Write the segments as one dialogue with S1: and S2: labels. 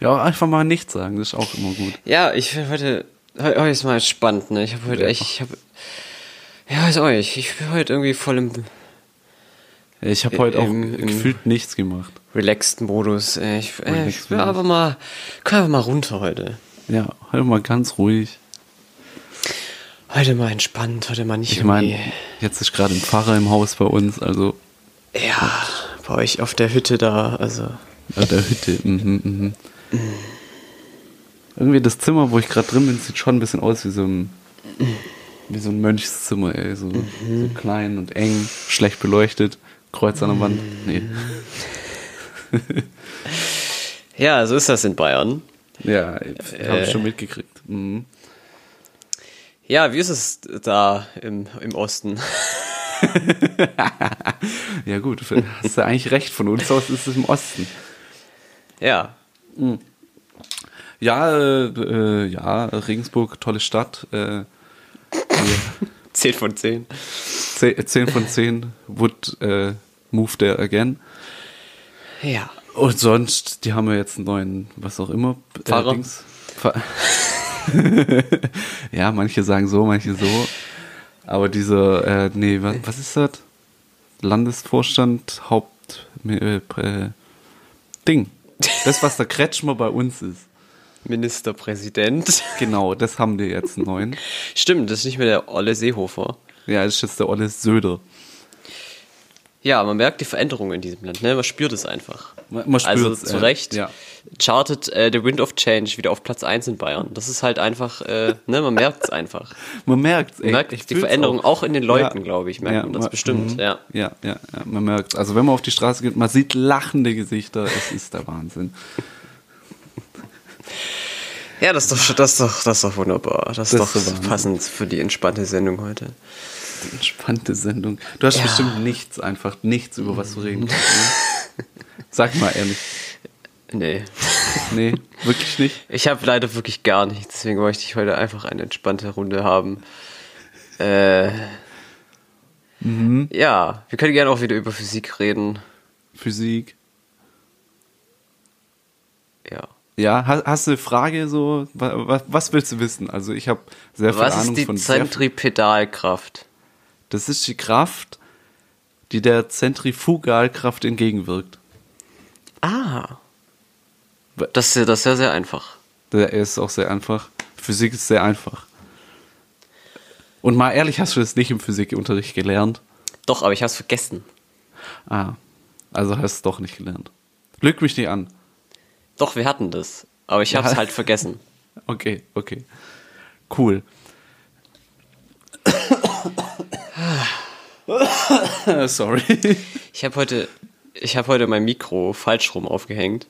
S1: Ja, auch einfach mal nichts sagen, das ist auch immer gut.
S2: Ja, ich finde heute, heu- heute ist mal spannend, ne? Ich habe heute echt, ich habe, ja, weiß auch nicht, ich bin heute irgendwie voll im
S1: Ich habe heute auch
S2: Im- im-
S1: gefühlt nichts gemacht.
S2: relaxten Modus. ey. Ich, äh, ich
S1: Relaxed
S2: will
S1: Modus.
S2: aber mal, komm einfach mal runter heute.
S1: Ja, heute mal ganz ruhig.
S2: Heute mal entspannt, heute mal nicht
S1: Ich meine,
S2: irgendwie-
S1: jetzt ist gerade ein Pfarrer im Haus bei uns, also
S2: Ja, bei euch auf der Hütte da, also.
S1: Äh, der Hütte. Mhm, mhm. Irgendwie das Zimmer, wo ich gerade drin bin, sieht schon ein bisschen aus wie so ein, wie so ein Mönchszimmer, ey. So, so klein und eng, schlecht beleuchtet, Kreuz an der Wand. Nee.
S2: Ja, so ist das in Bayern.
S1: Ja, habe ich schon mitgekriegt. Mhm.
S2: Ja, wie ist es da im, im Osten?
S1: Ja, gut, hast du eigentlich recht. Von uns aus ist es im Osten.
S2: ja.
S1: Ja, äh, äh, ja, Regensburg, tolle Stadt. Äh,
S2: 10 von 10.
S1: 10, von 10 would äh, move there again.
S2: Ja.
S1: Und sonst, die haben ja jetzt einen neuen, was auch immer. äh,
S2: Pfarrer.
S1: Dings. Pfarr- ja, manche sagen so, manche so. Aber dieser, äh, nee, was, was ist das? Landesvorstand, Haupt, äh, äh, Ding. Das, was der Kretschmer bei uns ist.
S2: Ministerpräsident.
S1: Genau, das haben die jetzt einen neuen.
S2: Stimmt, das ist nicht mehr der Olle Seehofer.
S1: Ja, das ist jetzt der Olle Söder.
S2: Ja, man merkt die Veränderung in diesem Land, ne? Man spürt es einfach.
S1: Man- man
S2: also
S1: spürt's,
S2: zu
S1: äh,
S2: Recht
S1: ja.
S2: chartet äh, The Wind of Change wieder auf Platz 1 in Bayern. Das ist halt einfach, äh, ne, man merkt es einfach.
S1: Man merkt
S2: Man merkt die Veränderung auch. in den Leuten, glaube ich, merkt man das
S1: ma-
S2: bestimmt,
S1: mhm.
S2: ja.
S1: ja. Ja, ja, man merkt Also wenn man auf die Straße geht, man sieht lachende Gesichter, es ist der Wahnsinn.
S2: Ja, das ist doch, das ist doch, das ist doch wunderbar. Das,
S1: Das
S2: ist doch
S1: ist der Wahnsinn.
S2: passend für die entspannte Sendung heute.
S1: Entspannte Sendung. Du hast
S2: Ja.
S1: bestimmt nichts, einfach nichts, über was du reden kannst. ne? Sag mal ehrlich.
S2: Nee.
S1: Nee, wirklich nicht.
S2: Ich habe leider wirklich gar nichts, deswegen möchte ich heute einfach eine entspannte Runde haben. Äh,
S1: Mhm.
S2: Ja, wir können gerne auch wieder über Physik reden.
S1: Physik.
S2: Ja.
S1: Ja, ha- hast du eine Frage so? Was, was willst du wissen? Also ich habe sehr viel
S2: Was
S1: Ahnung
S2: ist die
S1: von sehr viel-
S2: Zentripedalkraft?
S1: Das ist die Kraft, die der Zentrifugalkraft entgegenwirkt.
S2: Ah. Das ist, ja- das ist ja sehr einfach.
S1: Der ist auch sehr einfach. Physik ist sehr einfach. Und mal ehrlich, hast du das nicht im Physikunterricht gelernt?
S2: Doch, aber ich hab's vergessen.
S1: Ah, also hast du es doch nicht gelernt. Lüg mich nicht an.
S2: Doch, wir hatten das. Aber ich hab's
S1: Ja.
S2: halt vergessen.
S1: Okay, okay. Cool. Sorry.
S2: Ich habe heute, ich habe heute mein Mikro falsch rum aufgehängt.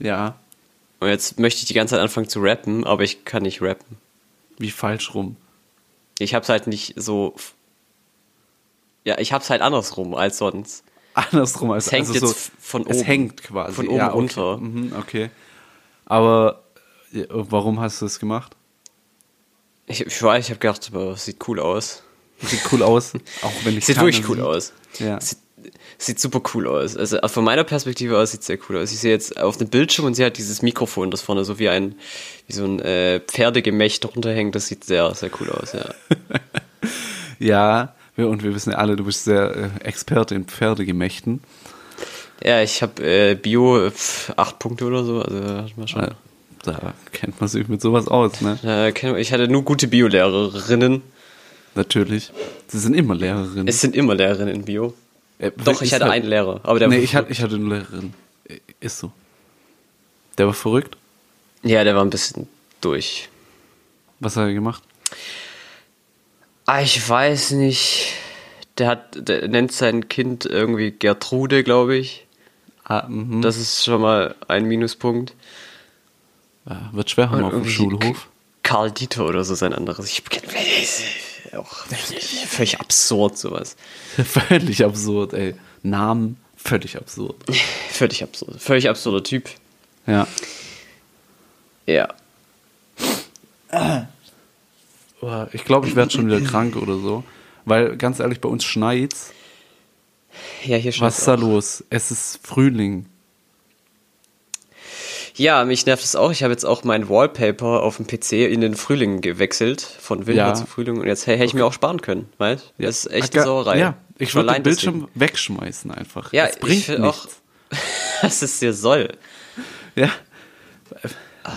S1: Ja,
S2: Und jetzt möchte ich die ganze Zeit anfangen zu rappen, aber ich kann nicht rappen.
S1: wie falsch rum.
S2: Ich hab's halt nicht so. f- Ja, ich hab's halt andersrum als sonst.
S1: Andersrum als
S2: Es hängt
S1: also
S2: jetzt
S1: so,
S2: f- von
S1: Es
S2: oben.
S1: hängt quasi.
S2: Von oben
S1: ja, okay.
S2: runter.
S1: Mhm, okay. Aber äh, warum hast du das gemacht?
S2: Ich, ich weiß, ich habe gedacht, aber es sieht cool aus.
S1: Sieht cool aus, auch wenn ich
S2: Sieht
S1: kann,
S2: wirklich
S1: das
S2: cool
S1: sieht-
S2: aus.
S1: Ja.
S2: Sieht, sieht super cool aus. Also von meiner Perspektive aus sieht sehr cool aus. Ich sehe jetzt auf dem Bildschirm und sie hat dieses Mikrofon, das vorne so wie ein wie so ein äh, Pferdegemächt runterhängt. Das sieht sehr sehr cool aus. Ja.
S1: Ja, wir, und wir wissen ja alle, du bist sehr äh, Experte in Pferdegemächten.
S2: Ja, ich habe äh, Bio äh, pf, acht Punkte oder so. Also hat man schon.
S1: Äh, da kennt man sich mit sowas aus, ne?
S2: Äh, kenn- ich hatte nur gute Bio-Lehrerinnen.
S1: Natürlich. Sie sind immer Lehrerinnen.
S2: Es sind immer Lehrerinnen in Bio.
S1: Äh,
S2: Doch, ich
S1: ist
S2: hatte
S1: halt-
S2: einen Lehrer, aber der
S1: nee,
S2: war
S1: ich hatte, ich hatte eine Lehrerin. Äh, Ist so. Der war verrückt.
S2: ja, der war ein bisschen durch.
S1: Was hat er gemacht?
S2: Ah, ich weiß nicht. Der hat der nennt sein Kind irgendwie Gertrude, glaube ich.
S1: Ah, mhm.
S2: Das ist schon mal ein Minuspunkt.
S1: ja, Ah, wird schwer haben auf dem
S2: Irgendwie
S1: Schulhof.
S2: Karl Dieter oder so sein anderes. Ich auch völlig absurd sowas.
S1: völlig absurd, ey. Namen, völlig absurd.
S2: Völlig absurd. Völlig absurder Typ.
S1: Ja.
S2: Ja.
S1: Boah, Ich glaube, ich werde schon wieder krank oder so. Weil ganz ehrlich, bei uns schneit's.
S2: Ja, hier
S1: Was
S2: schneit's
S1: ist da
S2: auch.
S1: los? Es ist Frühling.
S2: Ja, mich nervt es auch. Ich habe jetzt auch mein Wallpaper auf dem PC in den Frühling gewechselt. Von Winter
S1: Ja.
S2: zu Frühling. Und jetzt hey, hätte ich mir auch sparen können, weißt du? Das ist echt eine
S1: Aka-
S2: Sauerei.
S1: Ja, ich würde den
S2: Allein
S1: Bildschirm
S2: deswegen.
S1: wegschmeißen einfach.
S2: Ja,
S1: es bringt
S2: ich will
S1: nichts.
S2: auch, was es dir soll.
S1: Ja.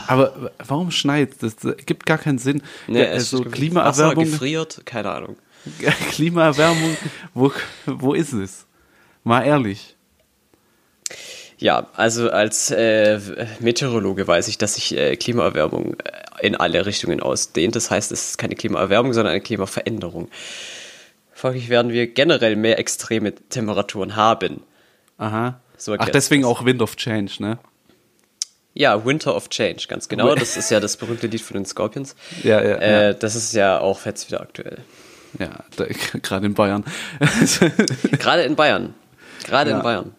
S1: Aber warum schneit? Das gibt gar keinen Sinn.
S2: Nee,
S1: ja,
S2: Ne, es ist
S1: also
S2: gewesen. Wasser
S1: Klimaerwärmung,
S2: gefriert, keine Ahnung.
S1: Klimaerwärmung, wo, wo ist es? Mal ehrlich.
S2: Ja, also als äh, Meteorologe weiß ich, dass sich äh, Klimaerwärmung äh, in alle Richtungen ausdehnt. Das heißt, es ist keine Klimaerwärmung, sondern eine Klimaveränderung. Folglich werden wir generell mehr extreme Temperaturen haben.
S1: Aha.
S2: So
S1: Ach,
S2: erklärt
S1: deswegen
S2: sich das.
S1: auch Wind of Change, ne?
S2: Ja, Winter of Change, ganz genau. Das ist ja das berühmte Lied von den Scorpions.
S1: Ja, ja,
S2: Äh, Das ist ja auch jetzt wieder aktuell.
S1: Ja, da, gerade in Bayern.
S2: Gerade in Bayern. Gerade
S1: Ja.
S2: in Bayern.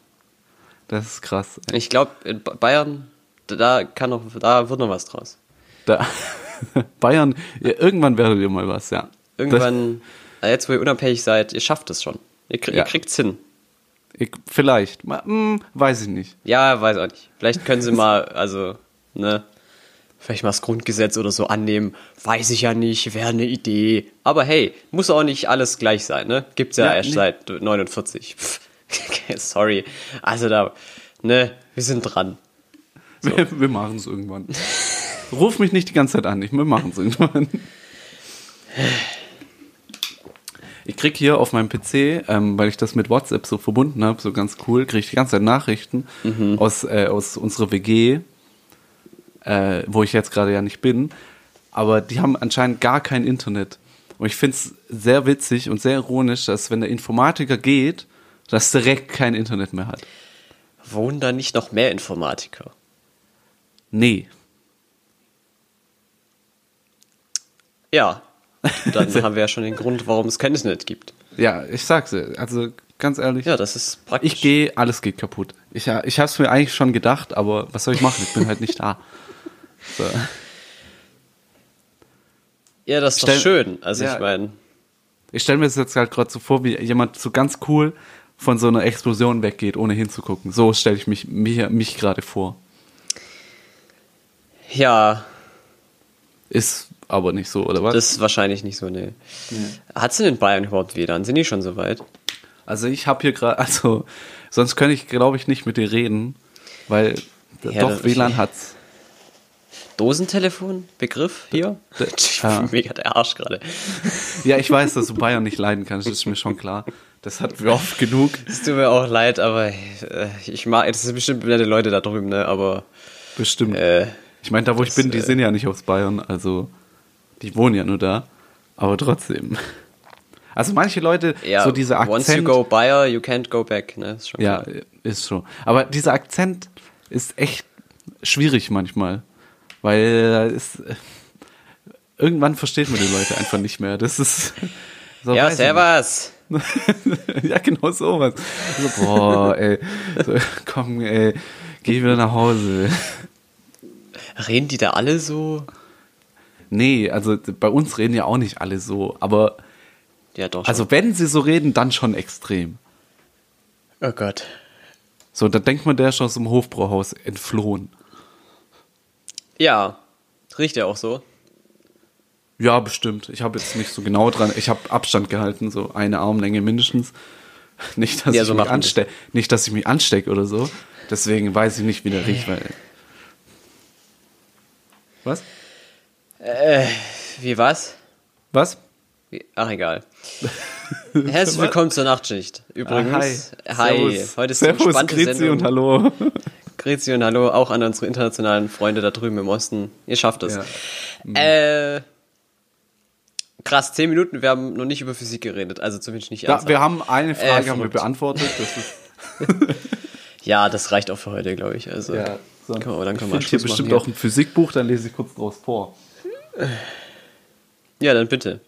S1: Das ist krass.
S2: Ich glaube, in Ba- Bayern, da kann noch, da wird noch was draus.
S1: Da, Bayern, ja, irgendwann werdet ihr mal was, ja.
S2: Irgendwann, äh, jetzt wo ihr unabhängig seid, ihr schafft es schon. Ihr, krie-
S1: Ja.
S2: ihr kriegt's hin.
S1: Das, ich, vielleicht. Ma- Hm, weiß ich nicht.
S2: Ja, weiß auch nicht. Vielleicht können sie mal, also, ne, vielleicht mal das Grundgesetz oder so annehmen. Weiß ich ja nicht, wäre eine Idee. Aber hey, muss auch nicht alles gleich sein, ne? Gibt's ja,
S1: Ja,
S2: erst
S1: nee.
S2: seit 49. Pff, Sorry. Also da, ne, wir sind dran.
S1: Wir, wir machen es irgendwann. Ruf mich nicht die ganze Zeit an, ich, wir machen es irgendwann. Ich krieg hier auf meinem PC, ähm, weil ich das mit WhatsApp so verbunden habe, so ganz cool, kriege ich die ganze Zeit Nachrichten aus, äh, aus unserer WG, äh, wo ich jetzt gerade ja nicht bin. Aber die haben anscheinend gar kein Internet. Und ich find's sehr witzig und sehr ironisch, dass wenn der Informatiker geht, dass direkt kein Internet mehr hat.
S2: Wohnen da nicht noch mehr Informatiker?
S1: Nee.
S2: Ja. Dann haben wir ja schon den Grund, warum es kein Internet gibt.
S1: Ja, ich sag's dir. Also ganz ehrlich.
S2: Ja, das ist praktisch.
S1: Ich gehe, alles geht kaputt. Ich, ha- ich habe es mir eigentlich schon gedacht, aber was soll ich machen? Ich bin halt nicht da. So.
S2: Ja, das ist doch
S1: Stell-
S2: schön. Also
S1: Ja.
S2: ich meine,
S1: Ich stelle mir das jetzt halt gerade so vor, wie jemand so ganz cool von so einer Explosion weggeht, ohne hinzugucken. So stelle ich mich, mich, mich gerade vor.
S2: ja,
S1: Ist aber nicht so, oder was?
S2: das ist wahrscheinlich nicht so eine. Hat's denn in Bayern überhaupt WLAN? Sind die schon so weit?
S1: also ich habe hier gerade, also sonst könnte ich, glaube ich, nicht mit dir reden, weil
S2: Ja,
S1: doch
S2: das-
S1: WLAN hat's.
S2: Dosentelefon? Begriff hier?
S1: D-
S2: Ich
S1: ah.
S2: bin mega der Arsch gerade.
S1: Ja, ich weiß, dass du Bayern nicht leiden kannst, das ist mir schon klar. Das hatten wir oft genug.
S2: Es tut mir auch leid, aber äh, ich mag, das sind bestimmt nette Leute da drüben, ne? Aber
S1: Bestimmt.
S2: äh,
S1: Ich meine, da wo ich bin, die
S2: äh,
S1: sind ja nicht aus Bayern, also die wohnen ja nur da, aber trotzdem. Also manche Leute,
S2: ja,
S1: so dieser
S2: once you
S1: Akzent,
S2: go Bayer, you can't go back, ne? Ist schon
S1: ja,
S2: klar.
S1: ist schon. Aber dieser Akzent ist echt schwierig manchmal, weil es äh, irgendwann versteht man die Leute einfach nicht mehr. Das ist so
S2: Ja,
S1: weiß ich
S2: servus!
S1: nicht. ja, genau sowas. So, boah, ey, so, komm, ey, geh wieder nach Hause.
S2: Reden die da alle so?
S1: Nee, also bei uns reden ja auch nicht alle so, aber
S2: Ja, doch.
S1: Also wenn sie so reden, dann schon extrem.
S2: schon. oh Gott.
S1: So, da denkt man, der ist aus dem Hofbrauhaus entflohen.
S2: Ja, riecht ja auch so.
S1: Ja, bestimmt. Ich habe jetzt nicht so genau dran. Ich habe Abstand gehalten, so eine Armlänge mindestens. Nicht, dass
S2: Ja,
S1: ich
S2: so
S1: mich
S2: machen wir.
S1: anstecke. Nicht, dass ich mich anstecke oder so. Deswegen weiß ich nicht, wie der riecht, weil. Was?
S2: Wie was?
S1: Was?
S2: Ach, egal. Herzlich willkommen zur Nachtschicht. Übrigens,
S1: Ah,
S2: hi.
S1: Servus.
S2: Heute ist eine
S1: Servus,
S2: entspannte
S1: Grüezi
S2: Sendung.
S1: und hallo.
S2: Grüezi und hallo auch an unsere internationalen Freunde da drüben im Osten. Ihr schafft es.
S1: Ja.
S2: Äh, krass, 10 Minuten, wir haben noch nicht über Physik geredet, also zumindest nicht
S1: Da,
S2: ernsthaft.
S1: wir haben eine Frage haben wir
S2: Äh, verrückt.
S1: beantwortet. Das ist,
S2: ja, das reicht auch für heute, glaube ich. Also,
S1: ja, so.
S2: Kann man- dann
S1: ich
S2: können wir
S1: find hier
S2: Schluss machen.
S1: bestimmt
S2: hier.
S1: auch ein Physikbuch, dann lese ich kurz draus vor.
S2: Ja, dann bitte.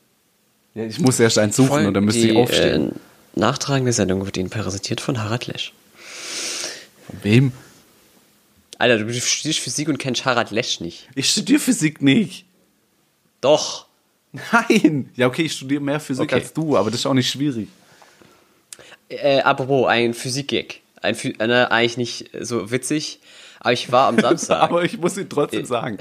S1: Ja, ich muss erst eins suchen und dann müsste ich
S2: Die,
S1: aufstehen.
S2: Äh, nachtragende Sendung wird Ihnen präsentiert von Harald Lesch.
S1: Von wem?
S2: Alter, du studierst Physik und kennst Harald Lesch nicht.
S1: Ich studiere Physik nicht.
S2: Doch.
S1: Nein! Ja, okay, ich studiere mehr Physik
S2: Okay.
S1: als du, aber das ist auch nicht schwierig.
S2: Äh, apropos, ein Physik-Gag. Ein, Phy- äh, ne, eigentlich nicht so witzig, aber ich war am Samstag.
S1: Aber ich muss ihn
S2: Äh.
S1: trotzdem sagen.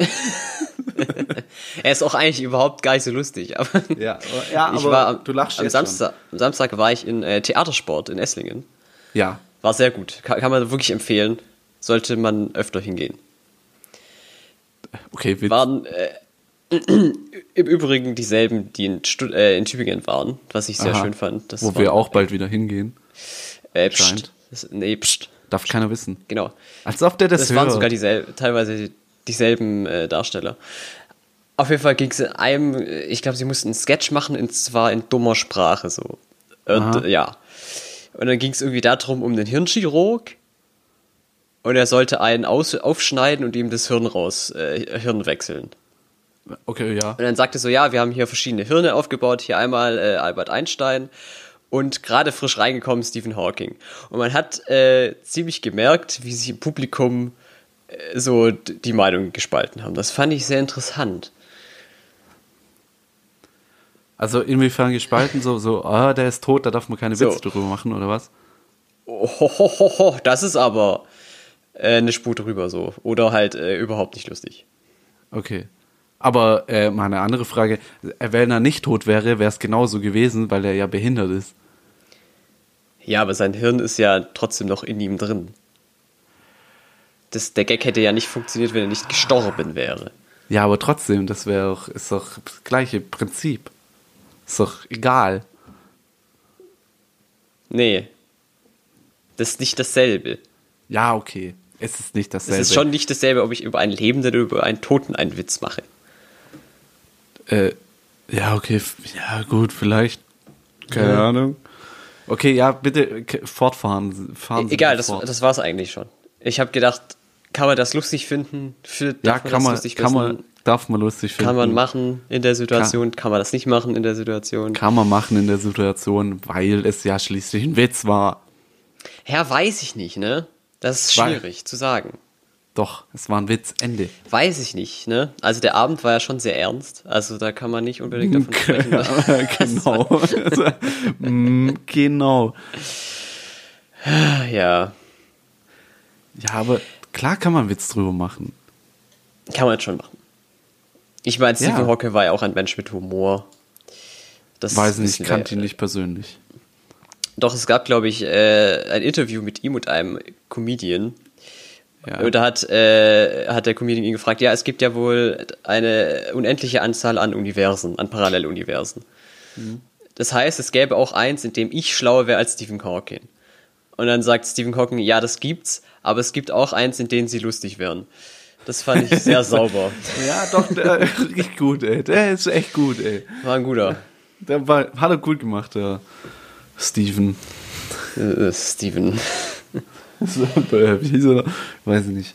S2: er ist auch eigentlich überhaupt gar nicht so lustig. Aber
S1: Ja, ja,
S2: ich
S1: aber
S2: war am,
S1: du lachst
S2: am
S1: jetzt schon.
S2: Samstag. Am Samstag war ich in äh, Theatersport in Esslingen.
S1: Ja.
S2: War sehr gut. Kann, kann man wirklich empfehlen. Sollte man öfter hingehen.
S1: Okay, wir,
S2: Waren äh, im Übrigen dieselben, die in, Stu äh, in Tübingen waren, was ich sehr
S1: Aha.
S2: schön fand. Das
S1: wo
S2: waren,
S1: wir auch bald wieder hingehen.
S2: Äh, pst,
S1: scheint.
S2: das, nee, pst,
S1: Darf keiner wissen.
S2: genau.
S1: Als ob der das,
S2: Das
S1: hört.
S2: waren sogar dieselben, teilweise dieselben äh, Darsteller. Auf jeden Fall ging es in einem, äh, ich glaube, sie mussten einen Sketch machen, und zwar in dummer Sprache so. Und, äh, ja. Und dann ging es irgendwie darum, um den Hirnchirurg. Und er sollte einen aus aufschneiden und ihm das Hirn raus, äh, Hirn wechseln.
S1: okay, ja.
S2: Und dann sagte so, ja, wir haben hier verschiedene Hirne aufgebaut. Hier einmal äh, Albert Einstein und gerade frisch reingekommen Stephen Hawking. Und man hat äh, ziemlich gemerkt, wie sich im Publikum äh, so d- die Meinungen gespalten haben. Das fand ich sehr interessant.
S1: Also inwiefern gespalten, so, so, ah, der ist tot, da darf man keine
S2: So.
S1: Witze drüber machen, oder was?
S2: Oh, ho, ho, ho, ho, das ist aber äh, eine Spur drüber so. Oder halt äh, überhaupt nicht lustig.
S1: Okay. Aber äh, mal eine andere Frage. Äh, Wenn er nicht tot wäre, wäre es genauso gewesen, weil er ja behindert ist.
S2: Ja, aber sein Hirn ist ja trotzdem noch in ihm drin. Das, der Gag hätte ja nicht funktioniert, wenn er nicht gestorben wäre.
S1: Ja, aber trotzdem, das wäre auch, ist doch das gleiche Prinzip. Ist doch egal.
S2: Nee. Das ist nicht dasselbe.
S1: Ja, okay. Es ist nicht
S2: Es
S1: dasselbe.
S2: ist schon nicht dasselbe, ob ich über einen Lebenden oder über einen Toten einen Witz mache.
S1: Äh, ja, okay. f- Ja, gut, vielleicht. Keine Ahnung. Okay, ja, bitte k- fortfahren. Fahren
S2: E-
S1: Sie
S2: Egal,
S1: bitte
S2: das,
S1: fort.
S2: das war's eigentlich schon. Ich habe gedacht, kann man das lustig finden? Für,
S1: ja, kann
S2: das
S1: man,
S2: lustig
S1: kann man,
S2: wissen?
S1: darf man lustig finden.
S2: Kann man machen in der Situation? Kann, man das nicht machen in der Situation?
S1: Kann man machen in der Situation, weil es ja schließlich ein Witz war.
S2: ja, weiß ich nicht, ne? Das ist
S1: Weil-
S2: schwierig zu sagen.
S1: Doch, es war ein Witz. Ende.
S2: Weiß ich nicht, ne? Also der Abend war ja schon sehr ernst. Also da kann man nicht unbedingt davon
S1: Mm,
S2: sprechen.
S1: genau. Also, mm, genau.
S2: ja,
S1: Ja, aber klar kann man einen Witz drüber machen.
S2: Kann man schon machen. Ich meine, Stephen
S1: Ja.
S2: Hawking war ja auch ein Mensch mit Humor. Das
S1: Weiß nicht,
S2: wissen wir.
S1: kannte ihn nicht persönlich.
S2: Doch, es gab, glaube ich, äh, ein Interview mit ihm und einem Comedian.
S1: Ja.
S2: Und da hat, äh, hat der Comedian ihn gefragt, ja, es gibt ja wohl eine unendliche Anzahl an Universen, an Paralleluniversen.
S1: Mhm.
S2: Das heißt, es gäbe auch eins, in dem ich schlauer wäre als Stephen Hawking. Und dann sagt Stephen Hawking, ja, das gibt's, aber es gibt auch eins, in dem sie lustig wären. Das fand ich sehr sauber.
S1: Ja, doch, der richtig gut, ey. Der ist echt gut, ey.
S2: War ein guter.
S1: Der war, hat er gut gemacht, der Steven.
S2: Äh, Steven.
S1: So, äh, Wie hieß er? noch? Weiß ich nicht.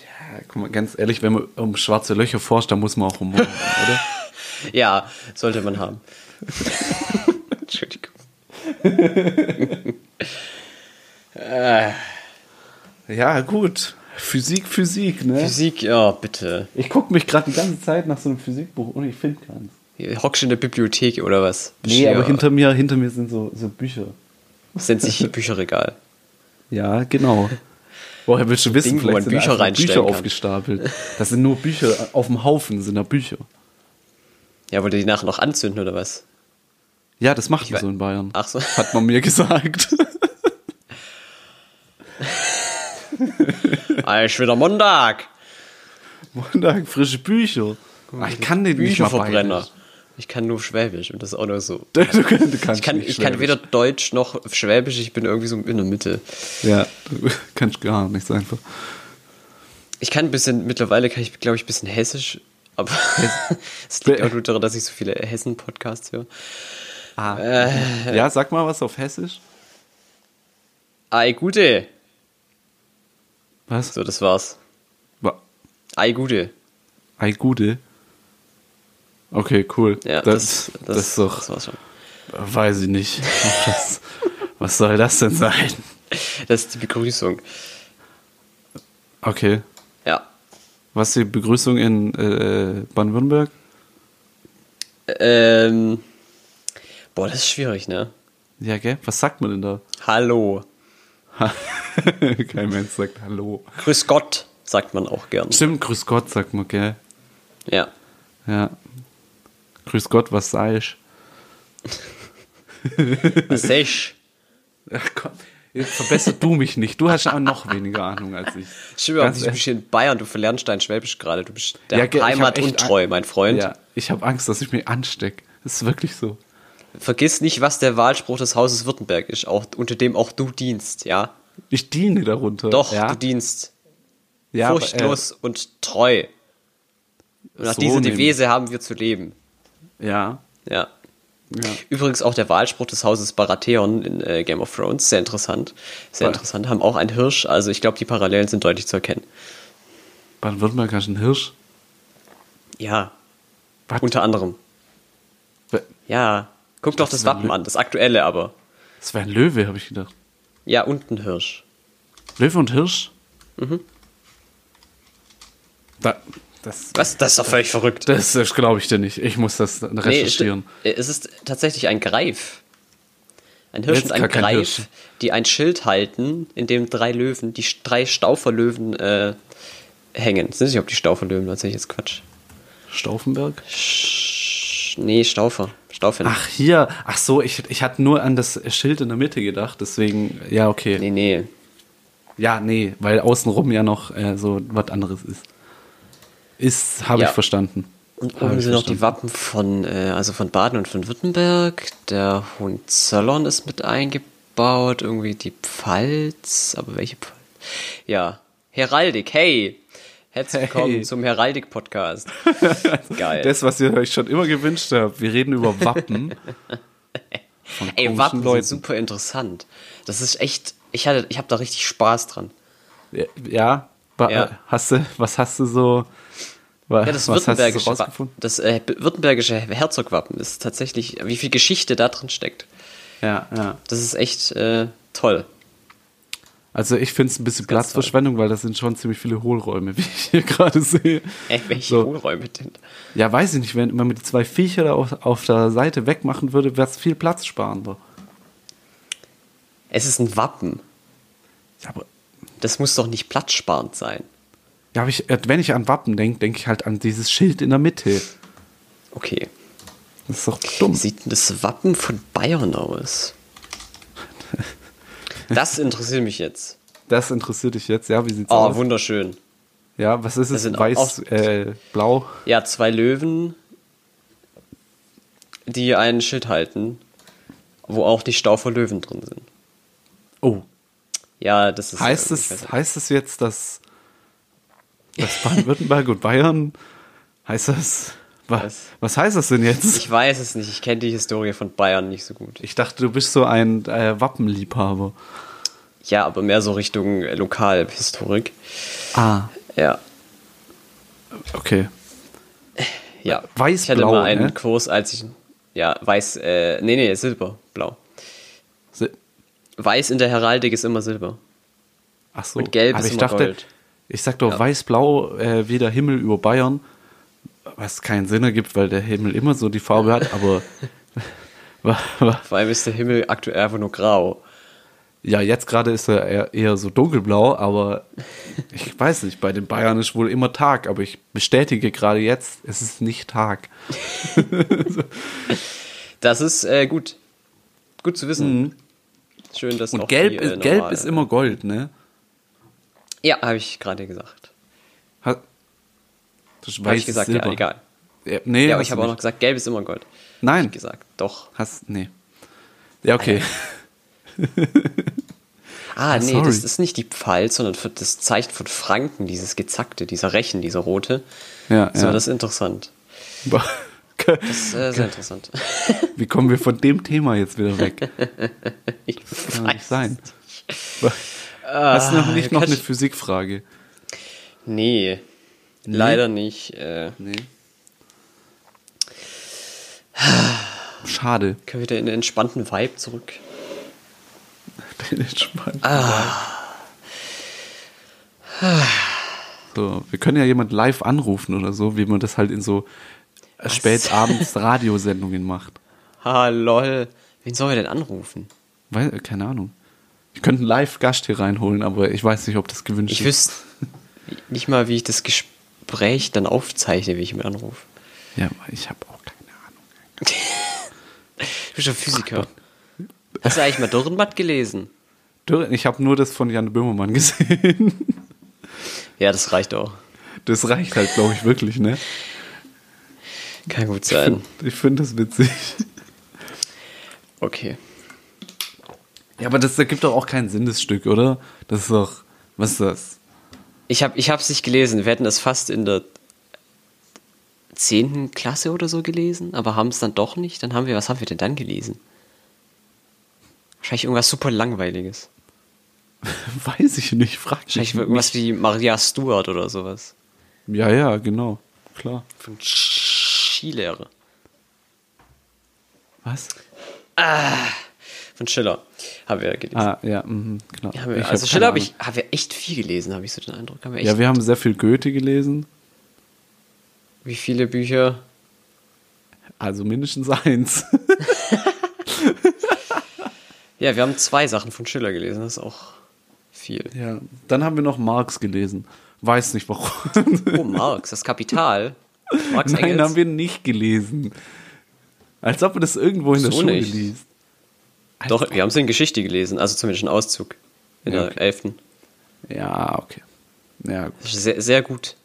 S1: Ja, guck mal, ganz ehrlich, wenn man um schwarze Löcher forscht, dann muss man auch um- Humor haben, oder?
S2: Ja, sollte man haben. Entschuldigung.
S1: Ja, gut. Physik, Physik, ne?
S2: Physik, ja, bitte.
S1: Ich gucke mich gerade die ganze Zeit nach so einem Physikbuch und ich finde keins.
S2: Hockst du in der Bibliothek oder was?
S1: Nee,
S2: Ja.
S1: aber hinter mir, hinter mir sind so, so Bücher.
S2: Das nennt sich Bücherregal.
S1: Ja, genau. Woher willst du wissen,
S2: Ding, wo man
S1: vielleicht sind da
S2: Bücher
S1: einfach
S2: reinstellen
S1: Bücher
S2: kann.
S1: aufgestapelt. Das sind nur Bücher, auf dem Haufen sind da Bücher.
S2: Ja, wollt ihr die nachher noch anzünden oder was?
S1: Ja, das macht man
S2: wei-
S1: so in Bayern.
S2: Ach so.
S1: Hat man mir gesagt.
S2: Ah, ist wieder Montag.
S1: Montag frische Bücher. Ah, ich kann den nicht mal
S2: Bücherverbrenner.
S1: bayerisch.
S2: Ich kann nur Schwäbisch und das ist auch nur so.
S1: Du, du kannst, du kannst
S2: Ich kann,
S1: nicht
S2: ich kann
S1: Schwäbisch.
S2: weder Deutsch noch Schwäbisch, ich bin irgendwie so in der Mitte.
S1: Ja, du kannst gar nichts einfach.
S2: Ich kann ein bisschen, mittlerweile kann ich, glaube ich, ein bisschen Hessisch, aber es liegt auch nur daran, dass ich so viele Hessen-Podcasts höre.
S1: Ah.
S2: Äh.
S1: Ja, sag mal was auf Hessisch.
S2: Ei, gute.
S1: Was?
S2: So, das war's.
S1: Wa-
S2: Ei, gute.
S1: Ei Gude. Okay, cool.
S2: Ja, das, das,
S1: das ist doch,
S2: das war's schon.
S1: weiß ich nicht. Was, was soll das denn sein?
S2: Das ist die Begrüßung.
S1: Okay.
S2: Ja.
S1: Was ist die Begrüßung in äh, Baden-Württemberg?
S2: Ähm, boah, das ist schwierig, ne?
S1: Ja, gell? Was sagt man denn da?
S2: Hallo.
S1: Kein Mensch sagt Hallo.
S2: Grüß Gott, sagt man auch gern.
S1: Stimmt, Grüß Gott sagt man, gell?
S2: Ja.
S1: Ja. Grüß Gott, was sei ich?
S2: Was ich?
S1: Ach komm, jetzt verbessert du mich nicht. Du hast ja noch weniger Ahnung als ich.
S2: Schwimmer,
S1: Ganz
S2: du bist
S1: ehrlich.
S2: hier in Bayern, du verlernst dein Schwäbisch gerade. Du bist der
S1: Ja, gell, ich hab
S2: Heimat
S1: echt
S2: untreu,
S1: Ang-
S2: mein Freund.
S1: Ja, ich habe Angst, dass ich mich anstecke. Das ist wirklich so.
S2: Vergiss nicht, was der Wahlspruch des Hauses Württemberg ist, auch, unter dem auch du dienst, ja?
S1: Ich diene darunter.
S2: Doch,
S1: ja?
S2: du dienst.
S1: ja, aber, äh,
S2: furchtlos und treu. Und nach
S1: so
S2: dieser
S1: nämlich.
S2: Devise haben wir zu leben.
S1: äh, Ja.
S2: Ja.
S1: ja.
S2: Übrigens auch der Wahlspruch des Hauses Baratheon in äh, Game of Thrones, sehr interessant. Sehr
S1: Ja.
S2: interessant, haben auch einen Hirsch, also ich glaube, die Parallelen sind deutlich zu erkennen.
S1: Baden-Württemberg hast du einen Hirsch.
S2: Ja,
S1: Was?
S2: unter anderem. Ja, guck doch
S1: dachte,
S2: das
S1: das wär
S2: Wappen
S1: Lü-
S2: an, das aktuelle aber.
S1: Das wäre ein Löwe, habe ich gedacht.
S2: Ja, und ein Hirsch.
S1: Löwe und Hirsch? Mhm. Da, das,
S2: Was? Das ist doch völlig verrückt.
S1: das glaube ich dir nicht. Ich muss das recherchieren.
S2: Nee, es, es ist tatsächlich ein Greif. Ein Hirsch
S1: Jetzt
S2: und ein
S1: gar kein
S2: Greif,
S1: Hirsch.
S2: die ein Schild halten, in dem drei Löwen, die st- drei Stauferlöwen äh, hängen. Ich weiß nicht, ob die Stauferlöwen tatsächlich jetzt Quatsch.
S1: Stauffenberg?
S2: Sch nee, Staufer. Staufen.
S1: Ach, hier. Ach so, ich, ich hatte nur an das Schild in der Mitte gedacht, deswegen, ja, okay.
S2: Nee, nee.
S1: Ja, nee, weil außenrum ja noch äh, so was anderes ist. Ist, habe
S2: Ja.
S1: ich verstanden.
S2: Und
S1: Hab
S2: oben
S1: ich
S2: sind noch die
S1: verstanden.
S2: Wappen von, äh, also von Baden und von Württemberg. Der Hohenzollern ist mit eingebaut, irgendwie die Pfalz, aber welche Pfalz? Ja, Heraldik, hey!
S1: Hey.
S2: Herzlich willkommen zum Heraldik-Podcast. Geil.
S1: Das, was ihr euch schon immer gewünscht habt. Wir reden über Wappen. Von
S2: Ey,
S1: komischen
S2: Wappen sind super interessant. Das ist echt, ich hatte, ich habe da richtig Spaß dran.
S1: Äh, Ja, wa-
S2: Ja.
S1: Hast du, was hast du so. Wa,
S2: Ja, das
S1: was hast du so
S2: württembergische, Wa-
S1: rausgefunden?
S2: das äh, württembergische Herzogwappen ist tatsächlich, wie viel Geschichte da drin steckt.
S1: Ja, ja.
S2: Das ist echt äh, toll.
S1: Also ich finde es ein bisschen
S2: ganz
S1: Platzverschwendung, weil das sind schon ziemlich viele Hohlräume, wie ich hier gerade sehe.
S2: Ey, welche
S1: So.
S2: Hohlräume denn?
S1: Ja, weiß ich nicht, wenn man die zwei Viecher da auf, auf der Seite wegmachen würde, wäre es viel platzsparender.
S2: Es ist ein Wappen.
S1: Ja, aber
S2: Das muss doch nicht platzsparend sein.
S1: ja, aber ich, äh, wenn ich an Wappen denke, denke ich halt an dieses Schild in der Mitte.
S2: Okay.
S1: Das ist doch dumm.
S2: Wie sieht denn das Wappen von Bayern aus? Das interessiert mich jetzt.
S1: Das interessiert dich jetzt, ja? Wie sieht's
S2: Oh,
S1: aus?
S2: wunderschön.
S1: Ja, was ist
S2: Das
S1: es?
S2: sind
S1: Weiß,
S2: auch-
S1: äh, blau.
S2: Ja, zwei Löwen, die ein Schild halten, wo auch die Staufer Löwen drin sind.
S1: Oh,
S2: Ja, das ist.
S1: heißt
S2: ich weiß
S1: es,
S2: nicht.
S1: heißt es jetzt, dass, dass Baden-Württemberg und Bayern, heißt das, was,
S2: Was?
S1: was heißt das denn jetzt?
S2: Ich weiß es nicht. Ich kenne die Historie von Bayern nicht so gut.
S1: Ich dachte, du bist so ein äh, Wappenliebhaber.
S2: Ja, aber mehr so Richtung äh, Lokalhistorik.
S1: Ah,
S2: Ja.
S1: okay.
S2: Ja,
S1: Weiß,
S2: Ich hatte
S1: blau,
S2: mal einen
S1: ne?
S2: Kurs, als ich. Ja, weiß, äh, nee, nee, silber, blau.
S1: Si-
S2: Weiß in der Heraldik ist immer silber.
S1: Ach so.
S2: Und gelb
S1: Aber
S2: ist
S1: ich
S2: immer
S1: dachte,
S2: Gold.
S1: ich sag doch weiß-blau äh, wie der Himmel über Bayern, was keinen Sinn ergibt, weil der Himmel immer so die Farbe hat, aber wa- wa-
S2: Vor allem ist der Himmel aktuell einfach nur grau.
S1: ja, jetzt gerade ist er eher, eher so dunkelblau, aber ich weiß nicht, bei den Bayern ist wohl immer Tag, aber ich bestätige gerade jetzt, es ist nicht Tag.
S2: Das ist äh, gut. Gut zu wissen. Schön, dass auch
S1: Mhm. Und gelb,
S2: die, äh,
S1: ist, gelb
S2: normale-
S1: ist immer Gold, ne?
S2: Ja, habe ich gerade gesagt.
S1: Ha- Das ist
S2: Habe
S1: weiß
S2: ich
S1: ist
S2: gesagt,
S1: Silber.
S2: ja, egal.
S1: Ja, nee,
S2: Ja, aber
S1: hast
S2: ich habe
S1: du
S2: auch noch
S1: nicht.
S2: gesagt, gelb ist immer Gold.
S1: Nein.
S2: Gesagt, doch.
S1: Hast, nee. Ja, okay.
S2: Ah, nee,
S1: sorry.
S2: das ist nicht die Pfalz, sondern für das Zeichen von Franken, dieses gezackte, dieser Rechen, dieser rote.
S1: Ja,
S2: So,
S1: ja.
S2: das ist interessant. Das ist äh, sehr interessant.
S1: Wie kommen wir von dem Thema jetzt wieder weg?
S2: Ich
S1: Das kann doch nicht
S2: weiß
S1: sein. Hast du noch nicht noch
S2: kann
S1: eine
S2: ich-
S1: Physikfrage?
S2: Nee, leider nicht. Äh,
S1: Nee. Schade.
S2: können wir wieder in den entspannten Vibe zurück?
S1: Bin entspannt.
S2: Ah.
S1: So, wir können ja jemand live anrufen oder so, wie man das halt in so
S2: Was?
S1: spät abends Radiosendungen macht.
S2: Ha, lol. Wen sollen wir denn anrufen?
S1: Weil, keine Ahnung. Ich könnte einen Live-Gast hier reinholen, aber ich weiß nicht, ob das gewünscht
S2: Ich
S1: ist.
S2: wüsste nicht mal, wie ich das Gespräch dann aufzeichne, wie ich mit anrufe.
S1: Ja, ich habe auch keine Ahnung.
S2: Du bist ja Physiker. Hast du eigentlich mal Dürrenmatt gelesen?
S1: Dürr- Ich habe nur das von Jan Böhmermann gesehen.
S2: Ja, das reicht auch.
S1: Das reicht halt, glaube ich, wirklich, ne?
S2: Kann gut sein.
S1: Ich finde das witzig.
S2: Okay.
S1: Ja, aber das ergibt doch auch keinen Sinn, das Stück, oder? Das ist doch. Was ist das?
S2: Ich habe ich hab's nicht gelesen. Wir hätten es fast in der 10. Klasse oder so gelesen, aber haben es dann doch nicht. Dann haben wir, was haben wir denn dann gelesen? Wahrscheinlich irgendwas super langweiliges.
S1: Weiß ich nicht, frag mich.
S2: Wahrscheinlich irgendwas wie Maria Stuart oder sowas.
S1: Ja, ja, genau. Klar.
S2: Von Skilehrer.
S1: Was?
S2: Von Schiller haben wir gelesen.
S1: Ah, ja, mhm, klar.
S2: Haben wir,
S1: Ich
S2: also
S1: hab
S2: Schiller
S1: keine
S2: habe ich, haben wir echt viel gelesen, habe ich so den Eindruck. Haben wir echt,
S1: Ahnung. Ja, wir haben sehr viel Goethe gelesen.
S2: wie viele Bücher?
S1: Also mindestens eins.
S2: Ja, wir haben zwei Sachen von Schiller gelesen, das ist auch viel.
S1: ja. Dann haben wir noch Marx gelesen. Weiß nicht warum.
S2: Oh, Marx, das Kapital. Marx
S1: Nein,
S2: Engels.
S1: haben wir nicht gelesen. Als ob man das irgendwo in der
S2: So
S1: Schule
S2: nicht.
S1: liest.
S2: Doch, wir haben es in Geschichte gelesen, also zumindest einen Auszug in
S1: Ja,
S2: der
S1: okay.
S2: 11.
S1: Ja, okay. Ja,
S2: Das ist Sehr, sehr gut.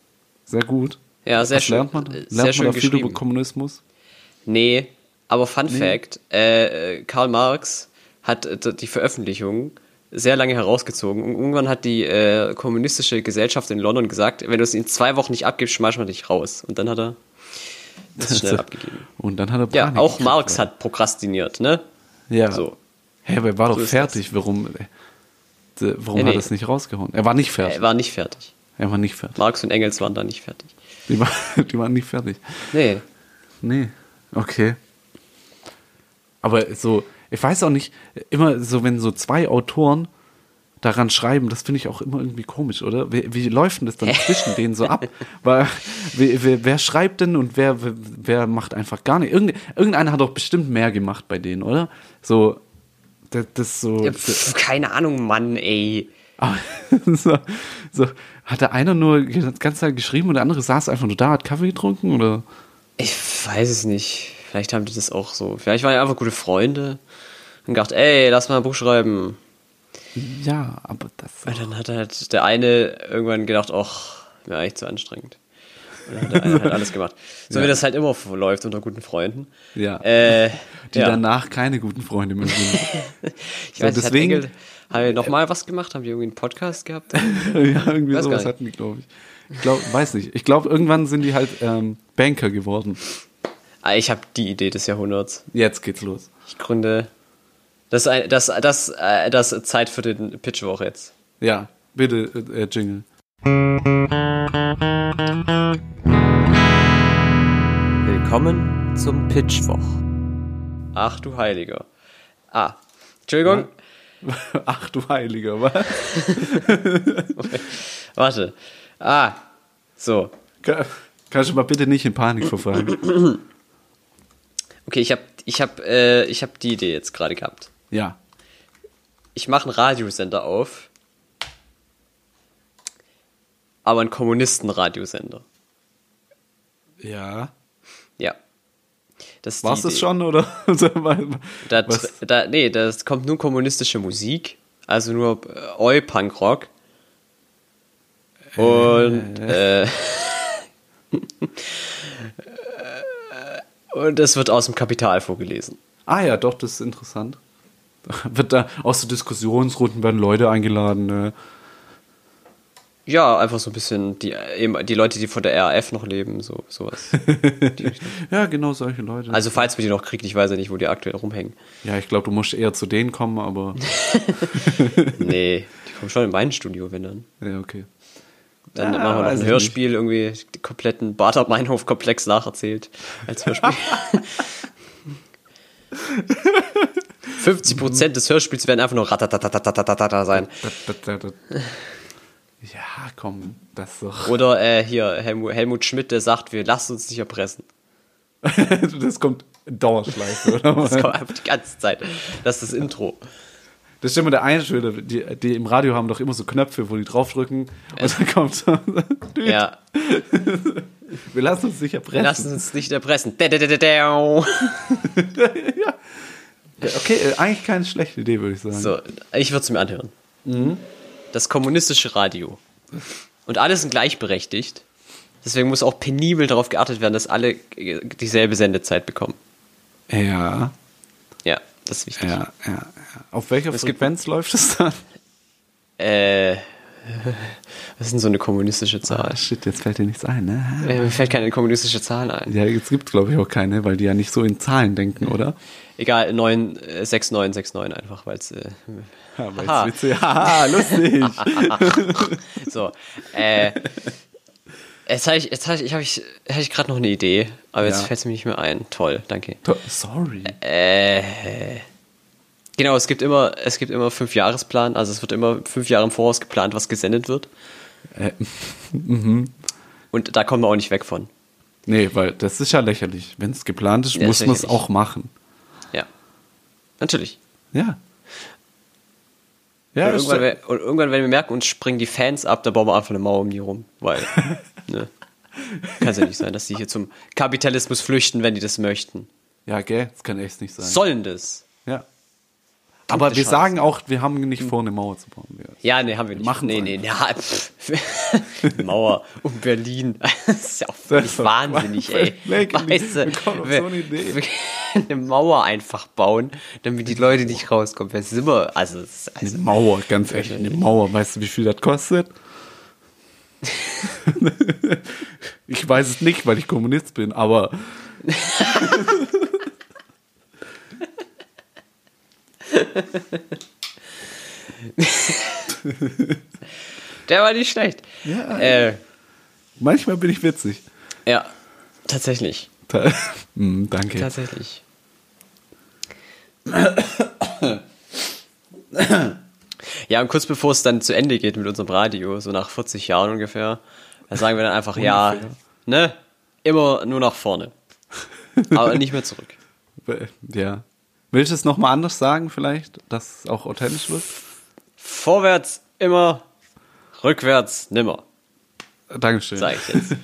S1: sehr gut.
S2: Ja, sehr
S1: Was
S2: schön.
S1: Lernt man,
S2: Äh,
S1: lernt
S2: sehr
S1: man
S2: schön
S1: da viel über
S2: geschrieben.
S1: Kommunismus?
S2: Nee, aber Fun Fact, äh, äh, Karl Marx hat äh, die Veröffentlichung sehr lange herausgezogen und irgendwann hat die äh, kommunistische Gesellschaft in London gesagt, wenn du es in zwei Wochen nicht abgibst, schmeißen wir dich raus. Und dann hat er das schnell abgegeben.
S1: Und dann hat er
S2: Ja,
S1: Panik
S2: auch
S1: gekriegt,
S2: Marx
S1: oder?
S2: hat prokrastiniert, ne?
S1: Ja.
S2: So.
S1: Hä, aber er war doch
S2: ist Äh,
S1: fertig. Warum, äh, d- warum
S2: Nee, Äh,
S1: hat
S2: nee.
S1: er es nicht rausgehauen? Er war nicht
S2: Er
S1: fertig.
S2: war nicht fertig.
S1: Er war nicht fertig.
S2: Marx und Engels waren da nicht fertig.
S1: Die, war, die waren nicht fertig.
S2: Nee.
S1: Nee. Okay. Aber so, ich weiß auch nicht, immer so, wenn so zwei Autoren daran schreiben, das finde ich auch immer irgendwie komisch, oder? Wie, wie läuft denn das dann zwischen denen so ab? Weil, wer, wer, wer schreibt denn und wer, wer, wer macht einfach gar nicht? Irgende, irgendeiner hat doch bestimmt mehr gemacht bei denen, oder? So, das, das so.
S2: Pff, keine Ahnung, Mann, ey.
S1: Aber so, so, hatte einer nur die ganze Zeit geschrieben und der andere saß einfach nur da, hat Kaffee getrunken oder?
S2: Ich weiß es nicht. Vielleicht haben die das auch so. Vielleicht waren die einfach gute Freunde und gedacht, ey, lass mal ein Buch schreiben.
S1: Ja, aber das.
S2: Und dann hat halt der eine irgendwann gedacht, ach, mir eigentlich zu anstrengend. Und dann hat der eine halt alles gemacht. So wie das halt immer läuft unter guten Freunden.
S1: Ja.
S2: Äh,
S1: Die
S2: ja.
S1: danach keine guten Freunde mehr sind.
S2: ich weiß,
S1: so,
S2: nicht, hat
S1: deswegen-
S2: Engel, haben wir nochmal was gemacht? Haben die irgendwie einen Podcast gehabt?
S1: ja, irgendwie
S2: Weiß gar
S1: sowas
S2: nicht.
S1: hatten die, glaube ich. Ich glaube, weiß nicht. Ich glaube, irgendwann sind die halt ähm, Banker geworden.
S2: Ah, ich habe die Idee des Jahrhunderts.
S1: Jetzt geht's los.
S2: Ich gründe. Das, ist ein- das, das, äh, das ist Zeit für den Pitchwoch jetzt.
S1: Ja, bitte, äh, äh, Jingle.
S2: Willkommen zum Pitchwoch. Ach du Heiliger. Ah, Entschuldigung,
S1: Ach du Heiliger, was?
S2: warte. Ah, so.
S1: Kann- Kannst du mal bitte nicht in Panik verfallen?
S2: Okay, ich habe ich hab, äh, ich hab die Idee jetzt gerade gehabt.
S1: Ja.
S2: Ich mache einen Radiosender auf. Aber einen Kommunisten-Radiosender.
S1: Ja.
S2: Ja. Das ist die
S1: War's das
S2: Idee.
S1: schon, oder? Also,
S2: Da,
S1: Was?
S2: tr- da, nee, da kommt nur kommunistische Musik, also nur äh, Eu-Punk-Rock. Und, äh, und es wird aus dem Kapital vorgelesen.
S1: Ah ja, doch, das ist interessant. Wird da aus so Diskussionsrunden werden Leute eingeladen. Ne?
S2: Ja, einfach so ein bisschen die, äh, eben die Leute, die von der RAF noch leben, so, sowas.
S1: Ja, genau solche Leute.
S2: Also falls wir die noch kriegen, ich weiß ja nicht, wo die aktuell rumhängen.
S1: ja, ich glaube, du musst eher zu denen kommen, aber
S2: Nee, die kommen schon in mein Studio, wenn dann.
S1: ja, okay.
S2: Dann
S1: Ja,
S2: machen wir noch
S1: Ah, weiß
S2: ein
S1: ich
S2: Hörspiel, irgendwie den kompletten Bader-Meinhof-Komplex nacherzählt als Hörspiel. 50% des Hörspiels werden einfach nur ratatatatatatatata sein.
S1: Da, da, da, da. Ja, komm, das ist doch.
S2: Oder äh, hier Helmut, Helmut Schmidt, der sagt, wir lassen uns nicht erpressen.
S1: das kommt in Dauerschleife, oder?
S2: Das kommt einfach die ganze Zeit. Das ist das Intro.
S1: Das ist immer der Einschüler, die, die im Radio haben doch immer so Knöpfe, wo die draufdrücken und dann kommt so.
S2: Ja.
S1: Wir lassen uns nicht erpressen.
S2: Lass uns nicht erpressen. Da, da, da, da, da.
S1: ja. Okay, äh, eigentlich keine schlechte Idee, würde ich sagen.
S2: So, ich würde es mir anhören.
S1: Mhm.
S2: Das kommunistische Radio. Und alle sind gleichberechtigt. Deswegen muss auch penibel darauf geachtet werden, dass alle äh, dieselbe Sendezeit bekommen.
S1: Ja,
S2: Ja, das ist wichtig.
S1: ja, ja, ja. Auf welcher
S2: Es gibt-
S1: Frequenz läuft es dann?
S2: Äh, was ist denn so eine kommunistische
S1: Ah,
S2: Zahl?
S1: shit, jetzt fällt dir nichts ein, ne?
S2: Äh, Mir fällt keine kommunistische Zahl ein.
S1: Ja, es gibt, glaube ich, auch keine, weil die ja nicht so in Zahlen denken, oder?
S2: Egal, 9, äh, 6969 einfach, weil es. Äh,
S1: Ja, weil
S2: Aha.
S1: jetzt witzig. Haha, lustig.
S2: so. Äh, jetzt habe ich, jetzt hab ich, ich, hab ich, hab ich gerade noch eine Idee, aber jetzt
S1: Ja.
S2: fällt es mir nicht mehr ein. Toll, danke.
S1: To- Sorry.
S2: Äh, genau, es gibt immer, es gibt immer fünf Jahresplan, also es wird immer fünf Jahre im Voraus geplant, was gesendet wird.
S1: Äh,
S2: Und da kommen wir auch nicht weg von.
S1: nee, weil das ist ja lächerlich. Wenn es geplant ist,
S2: Ja,
S1: muss
S2: ist
S1: man es
S2: lächerlich.
S1: auch machen.
S2: Ja. Natürlich.
S1: Ja. Ja,
S2: und,
S1: ist
S2: irgendwann,
S1: doch-
S2: wenn, und irgendwann, wenn wir merken, uns springen die Fans ab, dann bauen wir einfach eine Mauer um die rum. Weil, ne? Kann es ja nicht sein, dass die hier zum Kapitalismus flüchten, wenn die das möchten.
S1: ja, gell, das kann echt nicht sein.
S2: Sollen das?
S1: ja. Aber
S2: Verdammte
S1: wir
S2: Scheiße.
S1: sagen auch, wir haben nicht vor, eine Mauer zu bauen. Wir-
S2: Ja, nee, haben wir nicht.
S1: Machen
S2: nee,
S1: wir
S2: nee, nee. Ja, pff. Mauer um Berlin. Das ist ja auch völlig
S1: ist doch
S2: wahnsinnig, ey.
S1: völlig lächerlich.
S2: Weißt du,
S1: Wir kommen auf
S2: wir-
S1: so eine Idee.
S2: wir- eine Mauer einfach bauen, damit die Leute nicht rauskommen. Wer ist immer, also, das ist-
S1: Eine
S2: also
S1: Mauer, ganz ehrlich, eine Mauer. Weißt du, wie viel das kostet? ich weiß es nicht, weil ich Kommunist bin, aber
S2: der war nicht schlecht.
S1: Ja.
S2: äh,
S1: manchmal bin ich witzig.
S2: ja tatsächlich.
S1: Ta- Hm, danke.
S2: Tatsächlich. Ja, und kurz bevor es dann zu Ende geht mit unserem Radio, so nach 40 Jahren ungefähr, da sagen wir dann einfach, ja,
S1: Ungefähr.
S2: ne, immer nur nach vorne. Aber nicht mehr zurück.
S1: Äh, Ja. Willst du es nochmal anders sagen, vielleicht, dass es auch authentisch wird?
S2: Vorwärts immer, rückwärts nimmer,
S1: Dankeschön.
S2: sage ich jetzt.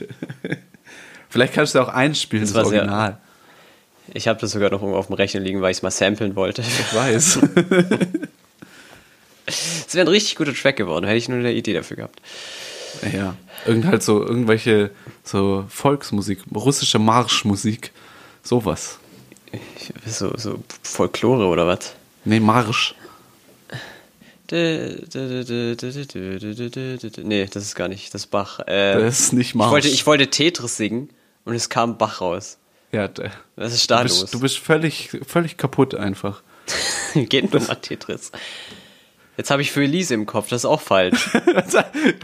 S1: Vielleicht kannst du auch einspielen, das,
S2: war sehr-
S1: Original.
S2: Ich habe das sogar noch irgendwo auf dem Rechner liegen, weil ich es mal samplen wollte.
S1: Ich weiß.
S2: Es wäre ein richtig guter Track geworden, hätte ich nur eine Idee dafür gehabt.
S1: ja. Irgend halt so irgendwelche so Volksmusik, russische Marschmusik, sowas.
S2: Ich- So, so Folklore oder was?
S1: Nee, Marsch.
S2: Dö, dö, dö, dö, dö, dö, dö, dö, dö, dö, dö. Nee, das ist gar nicht, das ist Bach. Äh,
S1: Das ist nicht
S2: ich
S1: Marsch.
S2: wollte, ich wollte Tetris singen und es kam Bach raus.
S1: Ja, d-
S2: Was ist da
S1: du bist,
S2: los?
S1: Du bist völlig, völlig kaputt einfach.
S2: Geht nur mal Tetris. Jetzt habe ich für Elise im Kopf, das ist auch falsch.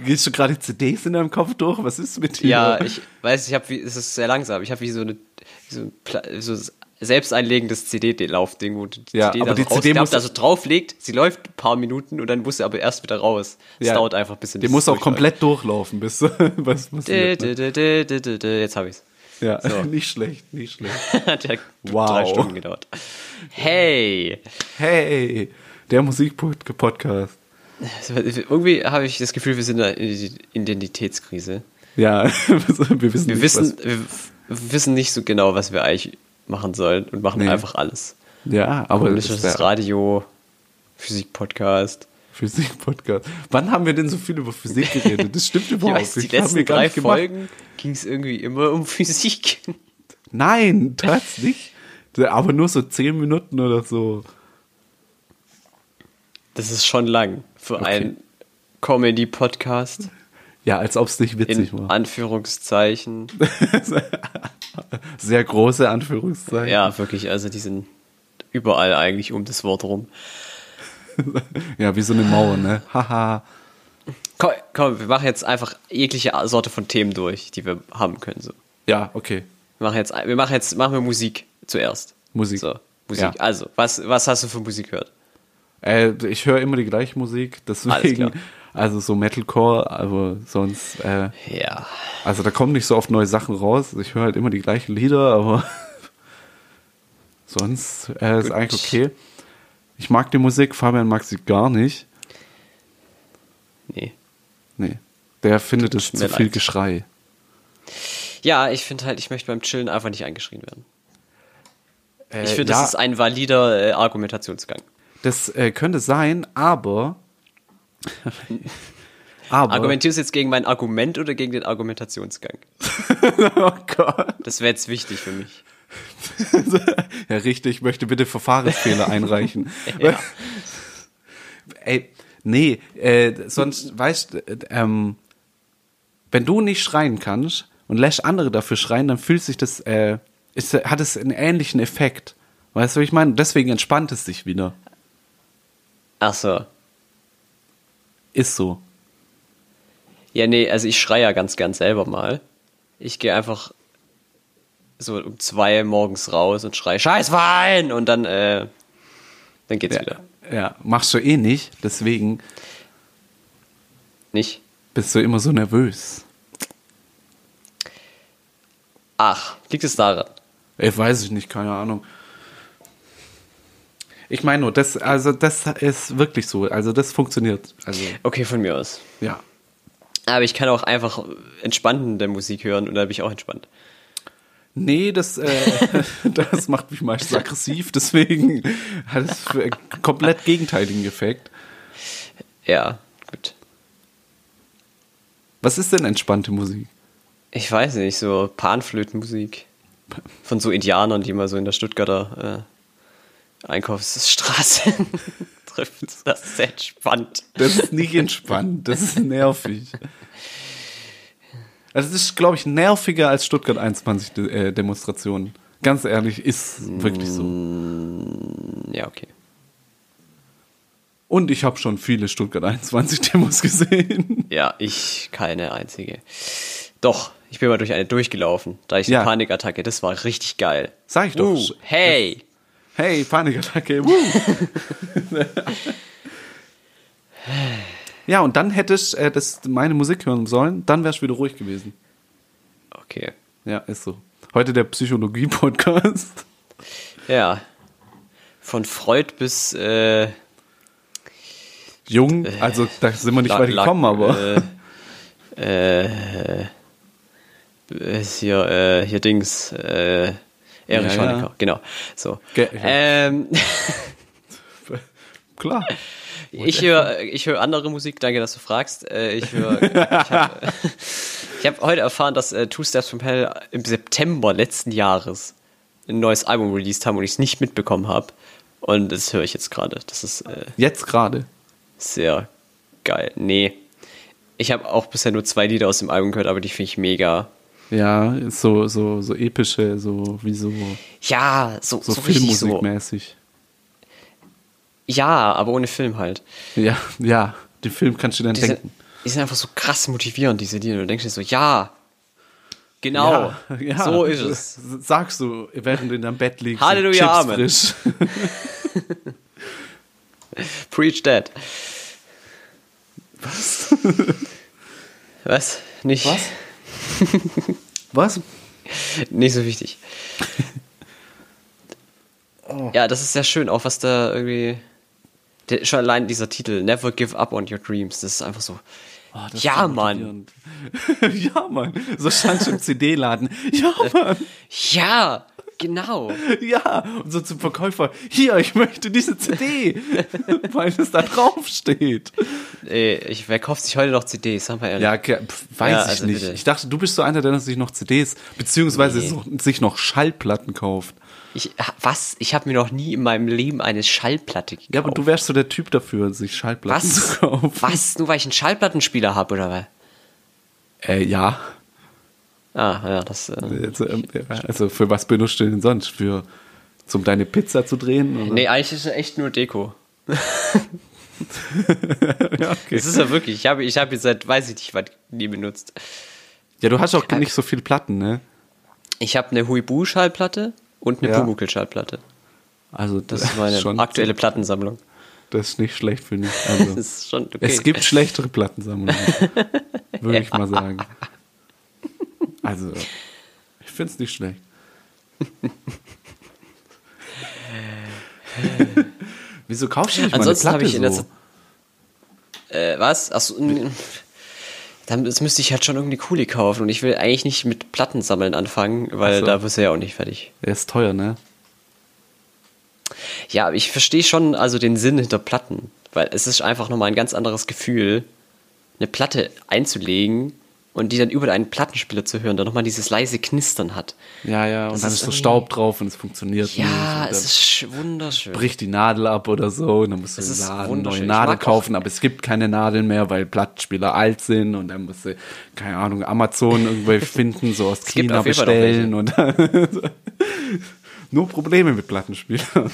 S1: Gehst du gerade die CDs in deinem Kopf durch? Was ist mit dir?
S2: ja, ich weiß, ich habe wie, es ist sehr langsam. Ich habe wie so eine wie so ein Pla- so ein selbst einlegendes CD-Laufding, wo die
S1: Ja,
S2: CD
S1: aber
S2: da
S1: die
S2: so
S1: CD muss-
S2: rausklappt, also drauflegt, sie läuft ein paar Minuten und dann muss sie aber erst wieder raus. Das
S1: Ja,
S2: dauert einfach ein bisschen.
S1: Die
S2: bis
S1: muss
S2: es
S1: auch
S2: durchläuft.
S1: komplett durchlaufen, bis was
S2: Dö,
S1: passiert. Ne?
S2: dö, dö, dö, dö, dö, dö. Jetzt habe ich's.
S1: Ja,
S2: So.
S1: nicht schlecht, nicht schlecht.
S2: Hat ja
S1: Wow.
S2: drei Stunden gedauert. Hey!
S1: Hey, der Musikpodcast.
S2: Irgendwie habe ich das Gefühl, wir sind in der Identitätskrise.
S1: Ja, wir wissen
S2: Wir
S1: nicht,
S2: wissen, wir f- wissen nicht so genau, was wir eigentlich machen sollen und machen
S1: Nee.
S2: einfach alles.
S1: Was, ja, aber das ist
S2: Politisches
S1: der
S2: Radio, Physik-Podcast.
S1: Physik-Podcast. Wann haben wir denn so viel über Physik geredet? Das stimmt
S2: Ich
S1: überhaupt
S2: weiß, die
S1: nicht. Haben wir
S2: letzten
S1: gar
S2: drei
S1: nicht gemacht.
S2: Folgen ging es irgendwie immer um Physik.
S1: Nein, tatsächlich. Aber nur so zehn Minuten oder so.
S2: Das ist schon lang für einen Comedy-Podcast.
S1: Ja, als ob es nicht
S2: In
S1: witzig war.
S2: Anführungszeichen.
S1: Sehr große Anführungszeichen.
S2: Ja, wirklich, also die sind überall eigentlich um das Wort rum.
S1: Ja, wie so eine Mauer, ne? Haha.
S2: Komm, komm, wir machen jetzt einfach jegliche Sorte von Themen durch, die wir haben können. So.
S1: ja, okay.
S2: Wir machen jetzt, wir machen jetzt, machen wir Musik zuerst.
S1: Musik.
S2: So, Musik.
S1: Ja.
S2: Also, was, was hast du für Musik gehört?
S1: Äh, ich höre immer die gleiche Musik, deswegen, also so Metalcore, aber sonst, äh,
S2: Ja.
S1: also da kommen nicht so oft neue Sachen raus. Ich höre halt immer die gleichen Lieder, aber sonst äh, ist
S2: Gut.
S1: eigentlich okay. Ich mag die Musik, Fabian mag sie gar nicht.
S2: Nee.
S1: Nee, der findet es
S2: mir
S1: zu viel
S2: leid.
S1: Geschrei.
S2: Ja, ich finde halt, ich möchte beim Chillen einfach nicht angeschrien werden.
S1: Äh,
S2: Ich finde,
S1: ja,
S2: das ist ein valider äh, Argumentationsgang.
S1: das äh, könnte sein, aber. aber.
S2: Argumentierst du jetzt gegen mein Argument oder gegen den Argumentationsgang?
S1: oh Gott.
S2: Das wäre jetzt wichtig für mich.
S1: Herr Richter, ich möchte bitte Verfahrensfehler einreichen.
S2: Ja.
S1: Ey, nee, äh, sonst, weißt äh, ähm, wenn du nicht schreien kannst und lässt andere dafür schreien, dann fühlt sich das, äh, ist, hat es einen ähnlichen Effekt. Weißt du, was ich meine? Deswegen entspannt es sich wieder.
S2: Ach so.
S1: Ist so.
S2: Ja, nee, also ich schreie ja ganz gern selber mal. Ich gehe einfach so um zwei morgens raus und schreie Scheißwein und dann, äh, dann geht's
S1: Ja,
S2: wieder.
S1: ja, machst du eh nicht, deswegen
S2: Nicht?
S1: bist du immer so nervös.
S2: Ach, liegt es daran?
S1: Ich weiß ich nicht, keine Ahnung. Ich meine nur, das, also das ist wirklich so. Also das funktioniert. Also
S2: Okay, von mir aus.
S1: ja.
S2: Aber ich kann auch einfach entspannende Musik hören und dann bin ich auch entspannt.
S1: Nee, das, äh, das macht mich meistens aggressiv, deswegen hat es für- komplett gegenteiligen Effekt.
S2: Ja, gut.
S1: Was ist denn entspannte Musik?
S2: Ich weiß nicht, so Panflötenmusik von so Indianern, die man so in der Stuttgarter äh, Einkaufsstraße trifft. Das ist sehr entspannt.
S1: Das ist nicht entspannt, das ist nervig. Also das ist, glaube ich, nerviger als Stuttgart 21 De äh, Demonstrationen. Ganz ehrlich, ist wirklich so.
S2: Ja, okay.
S1: Und ich habe schon viele Stuttgart 21 Demos gesehen.
S2: Ja, ich keine einzige. Doch, ich bin mal durch eine durchgelaufen. Da ich eine
S1: Ja.
S2: Panikattacke, das war richtig geil.
S1: Sag ich doch.
S2: Uh, hey!
S1: Hey, Panikattacke. wuh. ja, und dann hätte ich äh, das, meine Musik hören sollen, dann wärst du wieder ruhig gewesen.
S2: Okay.
S1: Ja, ist so. Heute der Psychologie-Podcast.
S2: Ja. Von Freud bis äh,
S1: Jung, also da sind wir nicht
S2: La-
S1: weit
S2: La-
S1: gekommen, aber
S2: Äh, äh, ist hier, äh, hier Dings, äh, Erich
S1: Ja,
S2: Honecker,
S1: ja.
S2: genau. So.
S1: Ge- ja.
S2: ähm, äh.
S1: klar.
S2: ich höre ich hör andere Musik, danke, dass du fragst. Äh, ich höre, ich habe ich hab heute erfahren, dass äh, Two Steps from Hell im September letzten Jahres ein neues Album released haben und ich es nicht mitbekommen habe. Und das höre ich jetzt gerade. Das ist äh,
S1: Jetzt gerade.
S2: sehr geil. Nee. Ich habe auch bisher nur zwei Lieder aus dem Album gehört, aber die finde ich mega.
S1: Ja, ist so, so, so epische, so wie so,
S2: Ja, so,
S1: so, ne?
S2: so, richtig so.
S1: Filmmusikmäßig.
S2: Ja, aber ohne Film halt.
S1: Ja, ja, den Film kannst du dann
S2: Die sind,
S1: denken.
S2: die sind einfach so krass motivierend, diese Lieder. Du denkst dir so, ja, genau,
S1: Ja, ja.
S2: so ist es.
S1: Sagst du, während du in deinem Bett liegst.
S2: Halleluja,
S1: und
S2: Amen.
S1: Chips frisch.
S2: Preach that. Was? Was? Nicht,
S1: Was? Was?
S2: nicht so wichtig.
S1: Oh.
S2: Ja, das ist sehr schön, auch was da irgendwie. Der, schon allein dieser Titel, Never Give Up on Your Dreams, das ist einfach so.
S1: Oh,
S2: ja, Mann.
S1: ja, Mann. So stand im CD-Laden. Ja, Mann.
S2: Ja, genau.
S1: Ja. Und so zum Verkäufer. Hier, ich möchte diese CD, weil es da drauf steht.
S2: Ey, ich, wer kauft sich heute noch CDs? Sag mal ehrlich.
S1: Ja, ke- pf, weiß
S2: Ja,
S1: ich
S2: also
S1: nicht.
S2: bitte.
S1: Ich dachte, du bist so einer, der sich noch CDs, beziehungsweise
S2: Nee.
S1: so, sich noch Schallplatten kauft.
S2: Ich, was? Ich habe mir noch nie in meinem Leben eine Schallplatte gekauft.
S1: Ja, aber du wärst so der Typ dafür, sich Schallplatten zu
S2: was?
S1: kaufen.
S2: Was? Nur weil ich einen Schallplattenspieler habe, oder was?
S1: Äh, ja.
S2: Ah, ja, das. Äh,
S1: Also, ähm, also für was benutzt du den sonst? Für zum deine Pizza zu drehen? Oder?
S2: nee, eigentlich ist es echt nur Deko.
S1: Ja, okay.
S2: Es ist ja wirklich. Ich habe ich hab jetzt seit, weiß ich nicht, was nie benutzt.
S1: ja, du hast auch nicht so viel Platten, ne?
S2: Ich habe eine Huibu-Schallplatte und eine
S1: Ja.
S2: Pumukel-Schallplatte.
S1: Also
S2: Das ist meine
S1: schon
S2: aktuelle Plattensammlung.
S1: Das ist nicht schlecht, finde ich. Also,
S2: Das ist schon okay.
S1: Es gibt schlechtere Plattensammlungen, würde ich mal sagen. Also, ich finde es nicht schlecht. Wieso kaufst du nicht mal eine
S2: Ansonsten habe
S1: Platte
S2: ich in der
S1: so?
S2: Zeit. Äh, was? Achso, n- dann das müsste ich halt schon irgendeine Kuli kaufen und ich will eigentlich nicht mit Platten sammeln anfangen, weil
S1: Ach so.
S2: da wirst du ja auch nicht fertig.
S1: Er ist teuer, ne?
S2: Ja, aber ich verstehe schon also den Sinn hinter Platten, weil es ist einfach nochmal ein ganz anderes Gefühl, eine Platte einzulegen und die dann über einen Plattenspieler zu hören, der nochmal dieses leise Knistern hat.
S1: Ja, ja, und
S2: Das
S1: dann
S2: ist
S1: ist so
S2: irgendwie-
S1: Staub drauf und es funktioniert
S2: Ja,
S1: nicht.
S2: es ist sch- wunderschön.
S1: bricht die Nadel ab oder so und dann musst du
S2: Es
S1: einen
S2: ist
S1: Laden, eine
S2: wunderschön.
S1: neue
S2: Ich
S1: Nadel
S2: mag auch-
S1: kaufen, aber es gibt keine Nadeln mehr, weil Plattenspieler alt sind und dann musst du, keine Ahnung, Amazon irgendwelche finden, so aus
S2: gibt
S1: China
S2: auf jeden Fall noch
S1: bestellen und nur Probleme mit Plattenspielern.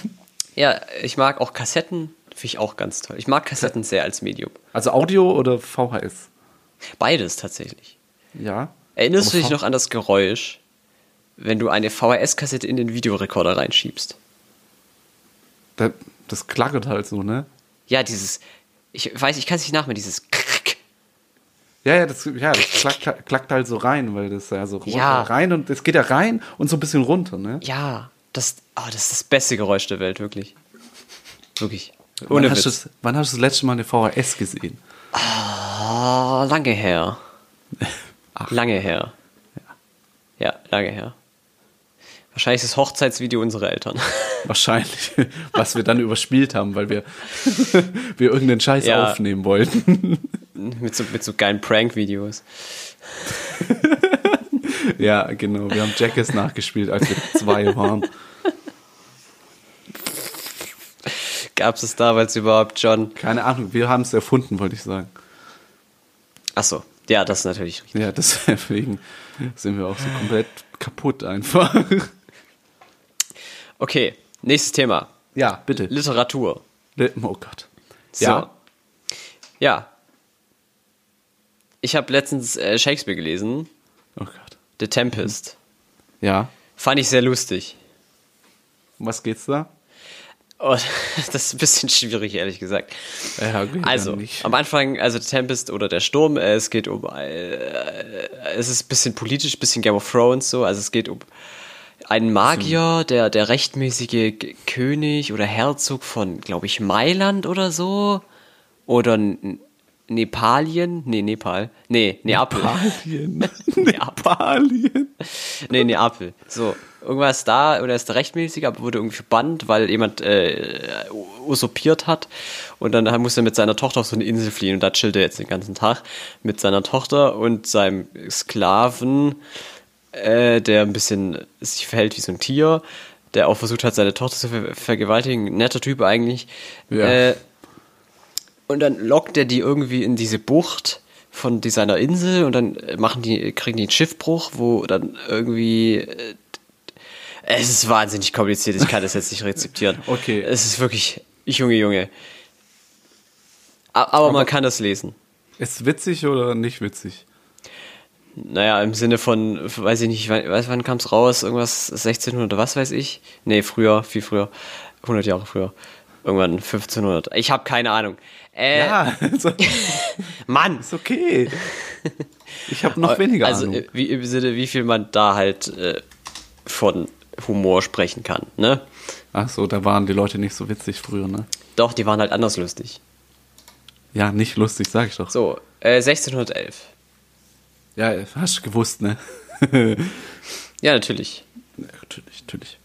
S2: Ja, ich mag auch Kassetten, finde ich auch ganz toll. Ich mag Kassetten sehr als Medium.
S1: Also Audio oder VHS?
S2: Beides tatsächlich.
S1: Ja.
S2: Erinnerst
S1: Aber
S2: du dich
S1: V-
S2: noch an das Geräusch, wenn du eine VHS-Kassette in den Videorekorder reinschiebst?
S1: Das, das klackert halt so, ne?
S2: Ja, dieses, ich weiß, ich kann es nicht nachmachen, dieses Krrk.
S1: Ja, ja, das, ja, das klackt, klackt halt so rein, weil das ja so runter-
S2: Ja.
S1: rein und es geht ja rein und so ein bisschen runter, ne?
S2: Ja, das, oh, das ist das beste Geräusch der Welt, wirklich. Wirklich.
S1: wann,
S2: Ohne
S1: hast du
S2: Witz.
S1: das, wann hast du das letzte Mal eine VHS gesehen?
S2: Oh, lange her. Lange her. Ja, lange her. Wahrscheinlich das Hochzeitsvideo unserer Eltern.
S1: Wahrscheinlich, was wir dann überspielt haben, weil wir, wir irgendeinen Scheiß
S2: Ja.
S1: aufnehmen wollten.
S2: mit, so, mit so geilen Prank-Videos.
S1: ja, genau. Wir haben Jackass nachgespielt, als wir zwei waren.
S2: Gab es damals überhaupt schon?
S1: Keine Ahnung, wir haben es erfunden, wollte ich sagen.
S2: Achso, ja, das ist natürlich richtig.
S1: Ja, deswegen sind wir auch so komplett kaputt einfach.
S2: Okay, nächstes Thema.
S1: ja, bitte.
S2: Literatur.
S1: Li- Oh Gott.
S2: So.
S1: Ja.
S2: Ja. Ich habe letztens äh, Shakespeare gelesen,
S1: Oh Gott.
S2: The Tempest.
S1: Ja.
S2: Fand ich sehr lustig.
S1: Um was geht's da?
S2: Und das ist ein bisschen schwierig, ehrlich gesagt.
S1: Äh, Ja, okay, dann
S2: Also,
S1: nicht.
S2: am Anfang, also The Tempest oder der Sturm, äh, es geht um, äh, äh, es ist ein bisschen politisch, ein bisschen Game of Thrones so, also es geht um einen Magier, der, der rechtmäßige G- König oder Herzog von, glaube ich, Mailand oder so, oder N Nepalien, nee, Nepal, nee, Neapel.
S1: Nepalien. Nepalien.
S2: Nee, Neapel. So, irgendwas da, oder ist der rechtmäßig, aber wurde irgendwie verbannt, weil jemand äh, usurpiert hat. Und dann muss er mit seiner Tochter auf so eine Insel fliehen. Und da chillt er jetzt den ganzen Tag mit seiner Tochter und seinem Sklaven, äh, der ein bisschen sich verhält wie so ein Tier, der auch versucht hat, seine Tochter zu ver vergewaltigen. Netter Typ eigentlich.
S1: Ja.
S2: Äh, und dann lockt er die irgendwie in diese Bucht von die- seiner Insel und dann äh, machen die, kriegen die einen Schiffbruch, wo dann irgendwie. äh, Es ist wahnsinnig kompliziert, ich kann das jetzt nicht rezeptieren.
S1: Okay.
S2: Es ist wirklich. Junge, Junge. A- Aber, man kann das lesen.
S1: Ist witzig oder nicht witzig?
S2: Naja, im Sinne von, weiß ich nicht, wann, weiß- wann kam es raus? Irgendwas 1600 oder was weiß ich? Nee, früher, viel früher. 100 Jahre früher. Irgendwann 1500. Ich habe keine Ahnung. Äh,
S1: Ja, also, ist
S2: Mann!
S1: okay. Ich habe noch weniger
S2: also,
S1: Ahnung.
S2: äh, Wie, im Sinne, wie viel man da halt äh, von Humor sprechen kann, ne?
S1: Ach so, da waren die Leute nicht so witzig früher, ne?
S2: Doch, die waren halt anders lustig.
S1: Ja, nicht lustig, sag ich doch.
S2: So, äh, 1611.
S1: Ja, hast du gewusst, ne?
S2: Ja, natürlich.
S1: Ja, natürlich, natürlich.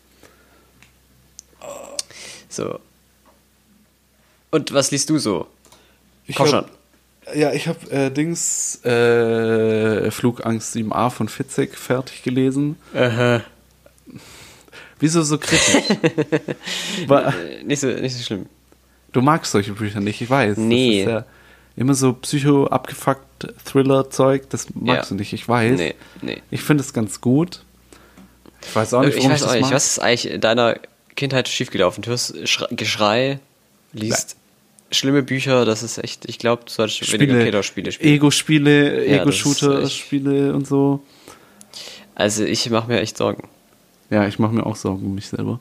S2: So. Und was liest du so?
S1: Ich
S2: Komm hab-
S1: Ja, ich habe äh, Dings äh, Flugangst 7a von Fitzek fertig gelesen. Wieso so kritisch? Wa-
S2: Äh, Nicht so, nicht so schlimm.
S1: du magst solche Bücher nicht, ich weiß.
S2: Nee.
S1: Das ist ja immer so psycho-abgefuckt Thriller-Zeug, das magst du
S2: Ja.
S1: nicht, ich weiß.
S2: Nee, nee.
S1: Ich finde es ganz gut. Ich weiß auch nicht,
S2: Äh, ich
S1: warum ich,
S2: weiß
S1: das
S2: auch nicht,
S1: mag.
S2: was ist eigentlich in deiner Kindheit schiefgelaufen? Du hörst Schre- Geschrei, liest schlimme Bücher, das ist echt, ich glaube, du solltest weniger Killerspiele spielen.
S1: Ego-Spiele,
S2: Ja, das ist echt-
S1: Ego-Shooter-Spiele und so. E-
S2: Also ich mache mir echt Sorgen.
S1: Ja, ich mache mir auch Sorgen um mich selber.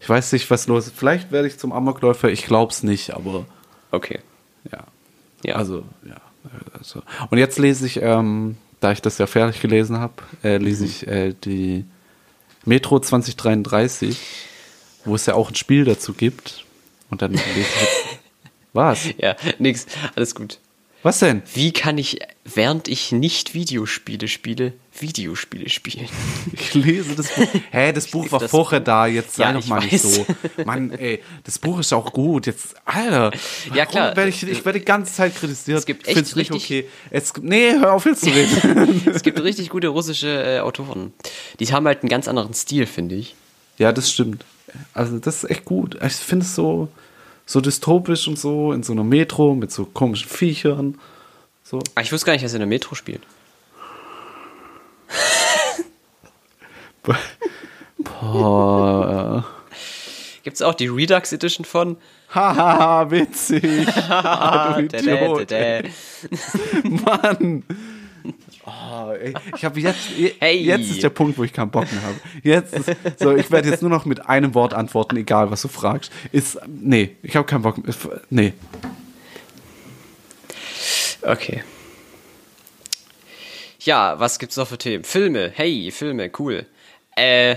S1: Ich weiß nicht, was los ist. Vielleicht werde ich zum Amokläufer, ich glaube es nicht, aber
S2: Okay.
S1: ja.
S2: Ja.
S1: Also, ja. Also. Und jetzt lese ich, ähm, da ich das ja fertig gelesen habe, äh, lese ich äh, die Metro 2033, wo es ja auch ein Spiel dazu gibt. Und dann lese ich jetzt. Was?
S2: Ja, nix. Alles gut.
S1: Was denn?
S2: Wie kann ich, während ich nicht Videospiele spiele, Videospiele spielen?
S1: Ich lese das Buch. Hä, das Buch
S2: lese
S1: war
S2: das
S1: vorher da, jetzt sei
S2: Ja,
S1: doch
S2: ich
S1: mal nicht
S2: weiß.
S1: so. Mann, ey, das Buch ist auch gut. Jetzt, Alter.
S2: Ja, klar.
S1: warum Werde ich, ich werde die ganze Zeit kritisiert.
S2: Es gibt
S1: Ich find's
S2: echt
S1: nicht
S2: richtig-
S1: okay. Es, nee, hör auf jetzt zu reden.
S2: es gibt richtig gute russische äh, Autoren. Die haben halt einen ganz anderen Stil, finde ich.
S1: ja, das stimmt. Also, das ist echt gut. Ich finde es so, so dystopisch und so, in so einer Metro mit so komischen Viechern. So.
S2: Ah, ich wusste gar nicht, dass er in der Metro spielt.
S1: Boah.
S2: Gibt es auch die Redux Edition von?
S1: Haha, witzig. ah, du Idiot.
S2: Dä, dä, dä.
S1: Mann! Oh, ey, ich habe jetzt,
S2: Hey.
S1: jetzt ist der Punkt, wo ich keinen Bock mehr habe. Jetzt ist, so, ich werde jetzt nur noch mit einem Wort antworten, egal was du fragst. Ist, nee, ich habe keinen Bock mehr. Nee.
S2: Okay. Ja, was gibt's noch für Themen? Filme. Hey, Filme, cool. Äh.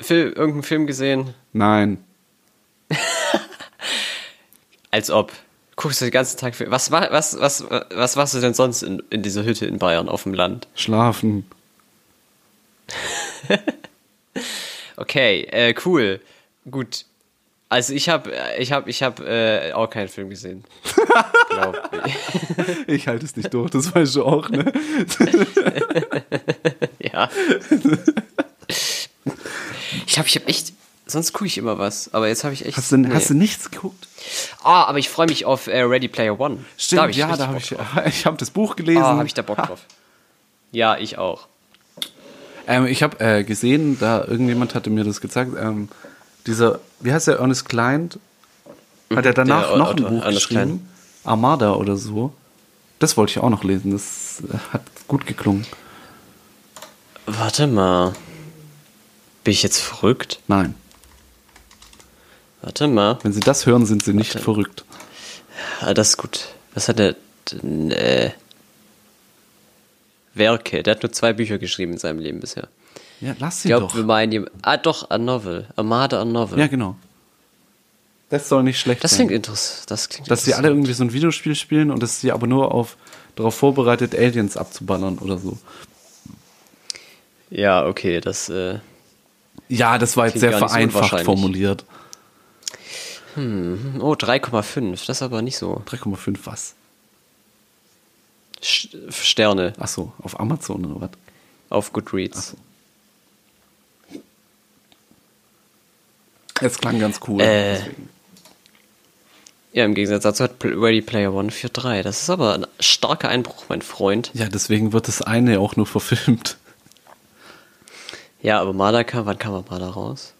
S2: Film, irgendeinen Film gesehen?
S1: Nein.
S2: Als ob. Guckst du den ganzen Tag Film. Was, ma- was, was, was machst du denn sonst in, in dieser Hütte in Bayern auf dem Land?
S1: Schlafen.
S2: Okay, äh, cool. Gut. Also ich habe ich hab, ich hab, äh, auch keinen Film gesehen. Glaub ich.
S1: Ich halte es nicht durch, das weißt du auch, ne?
S2: ja. Ich glaube, ich habe echt. Sonst gucke ich immer was, aber jetzt habe ich echt.
S1: Hast du,
S2: nee.
S1: hast du nichts geguckt?
S2: Ah, aber ich freue mich auf äh, Ready Player One.
S1: Stimmt,
S2: ich
S1: ja,
S2: richtig
S1: da habe
S2: Bock
S1: ich,
S2: drauf.
S1: ich habe das Buch gelesen.
S2: Ah, habe ich da Bock drauf. Ja, ich auch.
S1: Ähm, ich habe äh, gesehen, da irgendjemand hatte mir das gezeigt. Ähm, dieser, wie heißt der, Ernest Klein? Hat er danach
S2: Mhm. Der
S1: noch
S2: Autor,
S1: ein Buch
S2: Ernest
S1: geschrieben? Armada oder so. Das wollte ich auch noch lesen. Das äh, hat gut geklungen.
S2: Warte mal. Bin ich jetzt verrückt?
S1: Nein.
S2: Warte mal.
S1: Wenn Sie das hören, sind Sie nicht
S2: Warte.
S1: verrückt.
S2: Ah, das ist gut. Was hat er denn, äh, Werke. Der hat nur zwei Bücher geschrieben in seinem Leben bisher.
S1: Ja, lass
S2: Ich
S1: sie
S2: glaube,
S1: doch.
S2: wir meinen ihm. Ah, doch, a novel. A murder, a novel.
S1: Ja, genau. Das soll nicht schlecht
S2: das
S1: sein.
S2: klingt interessant. Das klingt
S1: Dass sie alle
S2: interessant.
S1: irgendwie so ein Videospiel spielen und dass sie aber nur auf darauf vorbereitet, Aliens abzuballern oder so.
S2: Ja, okay, das, äh,
S1: Ja, das war jetzt
S2: Klingt
S1: sehr
S2: gar nicht so
S1: vereinfacht
S2: unwahrscheinlich.
S1: formuliert.
S2: oh, 3,5. Das ist aber nicht so.
S1: 3,5 was?
S2: Sch Sterne
S1: Ach so, auf Amazon oder was?
S2: auf Goodreads.
S1: Es klang ganz cool.
S2: Äh.
S1: deswegen.
S2: Ja, im Gegensatz dazu hat Pl- Ready Player One 4,3. Das ist aber ein starker Einbruch, mein Freund.
S1: Ja, deswegen wird das eine auch nur verfilmt.
S2: Ja, aber Marder kam, wann kam Marder raus?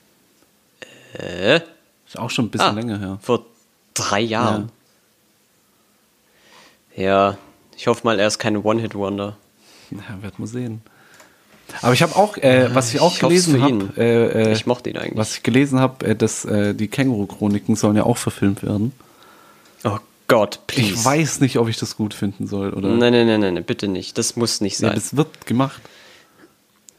S2: Äh,
S1: Ist auch schon ein bisschen
S2: Ah,
S1: länger her.
S2: Vor drei Jahren. Ja. Ich hoffe mal, er ist kein One-Hit-Wonder.
S1: Ja, wird man sehen. Aber ich habe auch, äh, was ich auch
S2: ich hoff's
S1: gelesen
S2: für ihn.
S1: habe, äh, äh,
S2: Ich mochte ihn eigentlich.
S1: was ich gelesen habe, äh, dass äh, die Känguru-Chroniken sollen ja auch verfilmt werden.
S2: Oh Gott, please.
S1: Ich weiß nicht, ob ich das gut finden soll oder.
S2: Nein, nein, nein, nein, nein, bitte nicht. Das muss nicht
S1: ja,
S2: sein. Ja,
S1: das wird gemacht.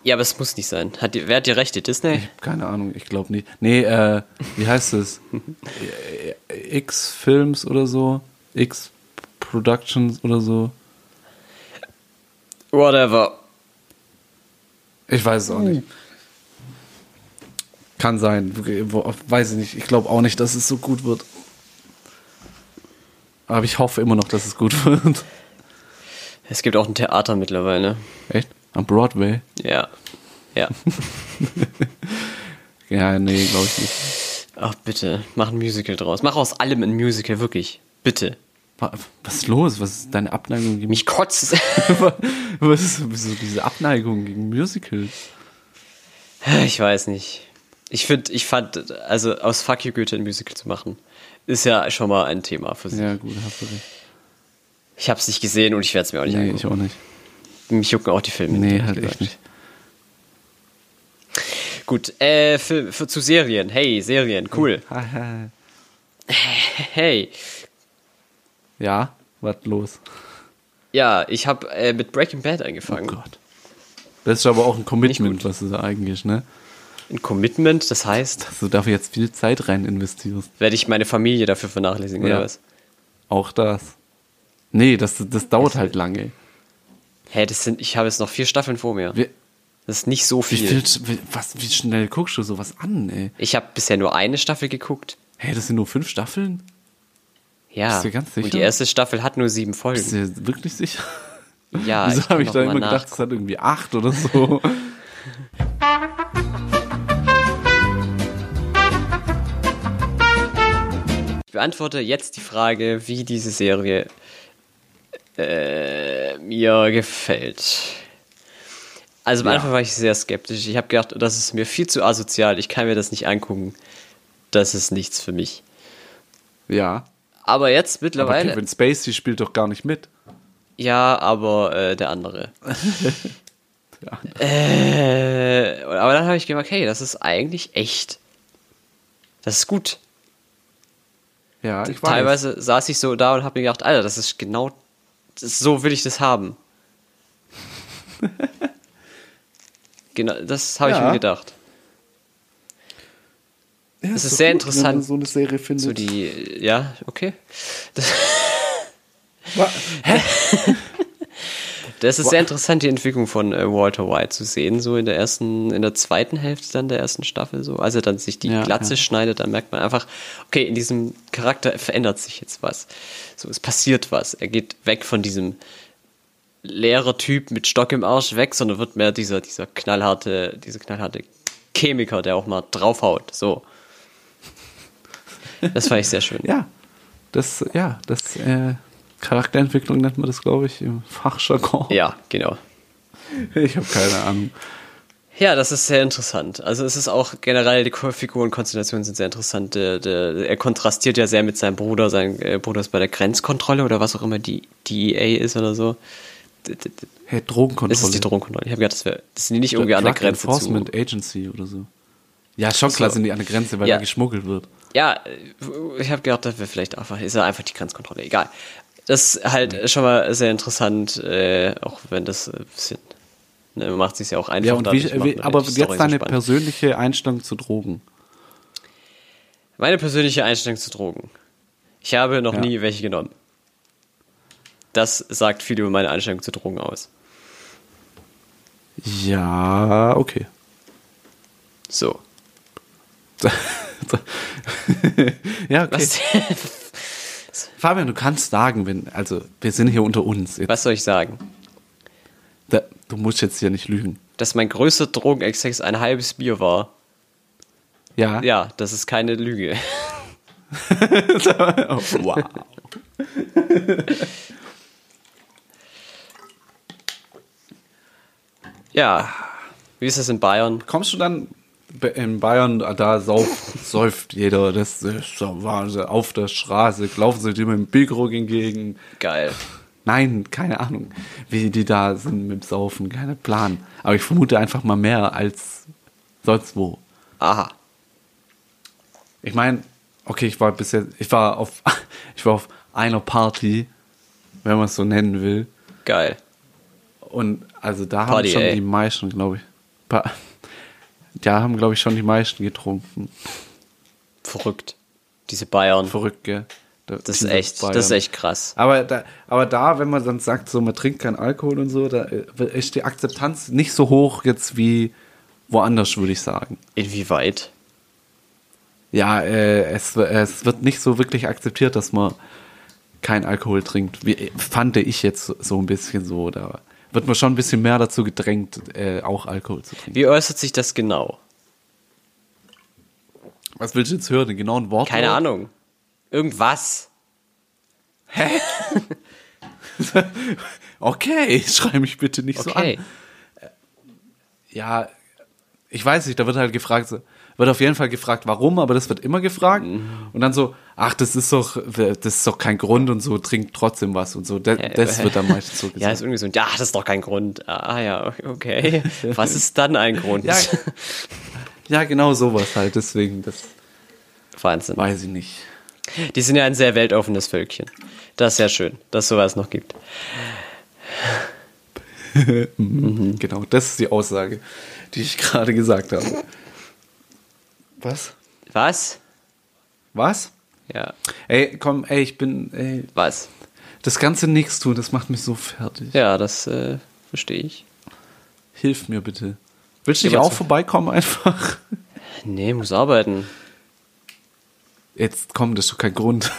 S2: aber es muss nicht sein. Hat die, wer hat die Rechte? Disney?
S1: Keine Ahnung, ich glaube nicht. Nee, äh, wie heißt es? Äh, X-Films oder so? X-Productions oder so?
S2: Whatever.
S1: Ich weiß es auch nicht. Hm. Kann sein. Wo- Weiß ich nicht. Ich glaube auch nicht, dass es so gut wird. Aber ich hoffe immer noch, dass es gut wird.
S2: Es gibt auch ein Theater mittlerweile.
S1: Echt? Am Broadway?
S2: Ja. Ja.
S1: Ja, nee, glaube ich nicht.
S2: Ach, bitte. Mach ein Musical draus. Mach aus allem ein Musical, wirklich. Bitte.
S1: Wa- Was ist los? Was ist deine Abneigung gegen
S2: Mich kotzt.
S1: Was ist wieso diese Abneigung gegen Musicals?
S2: Ich weiß nicht. Ich finde, ich fand, also aus Fuck You Goethe ein Musical zu machen, ist ja schon mal ein Thema für sich.
S1: Ja, gut, hast du recht.
S2: Ich habe es nicht gesehen und ich werde es mir auch nicht
S1: Nee, ich
S2: angucken.
S1: auch nicht.
S2: Mich jucken auch die Filme.
S1: Nee,
S2: ehrlich
S1: halt echt
S2: gesagt.
S1: nicht. Mhm.
S2: Gut, äh, für, für, zu Serien. Hey, Serien, cool. hey.
S1: Ja, was los?
S2: Ja, ich habe äh, mit Breaking Bad angefangen. Oh Gott.
S1: Das ist aber auch ein Commitment, was ist da eigentlich, ne?
S2: Ein Commitment, das heißt.
S1: Dass du dafür jetzt viel Zeit rein investierst.
S2: Werde ich meine Familie dafür vernachlässigen, ja. oder was?
S1: Auch das. Nee, das, das dauert das halt lange.
S2: Hä, hey, das sind, ich habe jetzt noch vier Staffeln vor mir. Wir, das ist nicht so viel.
S1: Wie, viel was, wie schnell guckst du sowas an, ey?
S2: Ich habe bisher nur eine Staffel geguckt.
S1: Hä, hey, das sind nur fünf Staffeln?
S2: Ja. Bist du ganz sicher? Und die erste Staffel hat nur sieben Folgen.
S1: Bist du wirklich sicher?
S2: Ja.
S1: Wieso habe ich da immer gedacht, es hat irgendwie acht oder so?
S2: ich beantworte jetzt die Frage, wie diese Serie äh, mir gefällt. Also am ja. Anfang war ich sehr skeptisch. Ich habe gedacht, das ist mir viel zu asozial. Ich kann mir das nicht angucken. Das ist nichts für mich.
S1: Ja.
S2: Aber jetzt mittlerweile. Aber
S1: Kevin Spacey spielt doch gar nicht mit.
S2: Ja, aber äh, der andere. der andere. Äh, aber dann habe ich gemerkt, hey, das ist eigentlich echt. Das ist gut.
S1: Ja, ich
S2: Teilweise weiß. Teilweise saß ich so da und habe mir gedacht, Alter, das ist genau. Das, so will ich das haben. genau, das habe ja. ich mir gedacht. Ja, es ist, ist sehr gut, interessant.
S1: so eine Serie findet.
S2: So die, ja, okay. Das, das ist sehr interessant, die Entwicklung von äh, Walter White zu sehen, so in der ersten, in der zweiten Hälfte dann der ersten Staffel, so als er dann sich die ja, Glatze ja. schneidet, dann merkt man einfach, okay, in diesem Charakter verändert sich jetzt was. So, es passiert was. Er geht weg von diesem leerer Typ mit Stock im Arsch weg, sondern wird mehr dieser, dieser knallharte, dieser knallharte Chemiker, der auch mal draufhaut. So. Das fand ich sehr schön.
S1: ja. Das, ja, das, äh Charakterentwicklung nennt man das, glaube ich, im Fachjargon.
S2: Ja, genau.
S1: Ich habe keine Ahnung.
S2: Ja, das ist sehr interessant. Also es ist auch generell, die Figurenkonstellationen sind sehr interessant. Der, der, er kontrastiert ja sehr mit seinem Bruder. Sein äh, Bruder ist bei der Grenzkontrolle oder was auch immer die DEA ist oder so.
S1: Hey, Drogenkontrolle.
S2: Das ist die Drogenkontrolle. Ich habe gedacht, das, wär, das sind die nicht irgendwie an der Grenze
S1: Äh, Enforcement zu. Agency oder so. Ja, schon klar so. sind die an der Grenze, weil ja. da geschmuggelt wird.
S2: Ja, äh, ich habe gedacht, das wäre vielleicht einfach, ist ja einfach die Grenzkontrolle. Egal das ist halt schon mal sehr interessant, äh, auch wenn das ein bisschen. Ne, macht sich ja auch einfach. Ja,
S1: und wie, wie, aber jetzt deine so persönliche Einstellung zu Drogen.
S2: Meine persönliche Einstellung zu Drogen. Ich habe noch ja. nie welche genommen. Das sagt viel über meine Einstellung zu Drogen aus.
S1: Ja, okay.
S2: So.
S1: ja, okay. Was? Fabian, du kannst sagen, wenn, also wir sind hier unter uns. Jetzt.
S2: Was soll ich sagen?
S1: Da, du musst jetzt hier nicht lügen.
S2: Dass mein größter Drogenexzess ein halbes Bier war.
S1: Ja.
S2: Ja, das ist keine Lüge.
S1: oh, wow.
S2: ja. Wie ist das in Bayern?
S1: Kommst du dann in Bayern, ah, da sauf, säuft jeder. Das ist so Wahnsinn. Auf der Straße laufen sie dir mit dem Bierkrug entgegen.
S2: Geil.
S1: Nein, keine Ahnung, wie die da sind mit dem Saufen. Keinen Plan. Aber ich vermute einfach mal mehr als sonst wo.
S2: Aha.
S1: Ich meine, okay, ich war bisher, ich war auf, ich war auf einer Party, wenn man es so nennen will.
S2: Geil.
S1: Und also da Party, haben schon ey. die meisten, glaube ich. Pa ja, haben, glaube ich, schon die meisten getrunken.
S2: Verrückt. Diese Bayern.
S1: Verrückt, gell?
S2: Da, das, ist echt, Bayern. das ist echt krass.
S1: Aber da, aber da, wenn man dann sagt, so man trinkt keinen Alkohol und so, da äh, ist die Akzeptanz nicht so hoch jetzt wie woanders, würde ich sagen.
S2: Inwieweit?
S1: Ja, äh, es, es wird nicht so wirklich akzeptiert, dass man keinen Alkohol trinkt. Wie, äh, fand ich jetzt so ein bisschen so. Oder? wird man schon ein bisschen mehr dazu gedrängt, äh, auch Alkohol zu trinken.
S2: Wie äußert sich das genau?
S1: Was willst du jetzt hören? Den genauen Wort?
S2: Keine Ahnung. Irgendwas.
S1: Hä? okay, schrei mich bitte nicht okay. so an. Ja, ich weiß nicht, da wird halt gefragt, so, wird auf jeden Fall gefragt, warum, aber das wird immer gefragt. Mhm. Und dann so, ach, das ist doch, das ist doch kein Grund und so, trinkt trotzdem was und so. Das, das wird dann meistens so gesagt.
S2: Ja, ist irgendwie so, ja, das ist doch kein Grund. Ah ja, okay. Was ist dann ein Grund?
S1: Ja, Ja, genau sowas halt. Deswegen, das
S2: Wahnsinn.
S1: weiß ich nicht.
S2: Die sind ja ein sehr weltoffenes Völkchen. Das ist ja schön, dass sowas noch gibt.
S1: Mhm. Genau, das ist die Aussage, die ich gerade gesagt habe. Was?
S2: Was?
S1: Was?
S2: Ja,
S1: Ey, komm, ey, ich bin, ey,
S2: was?
S1: das ganze Nix tun, das macht mich so fertig.
S2: Ja, das äh, verstehe ich.
S1: Hilf mir bitte. Willst du nicht
S2: Ja, was
S1: auch
S2: soll-
S1: vorbeikommen einfach?
S2: Nee, muss arbeiten.
S1: Jetzt komm, das ist doch kein Grund.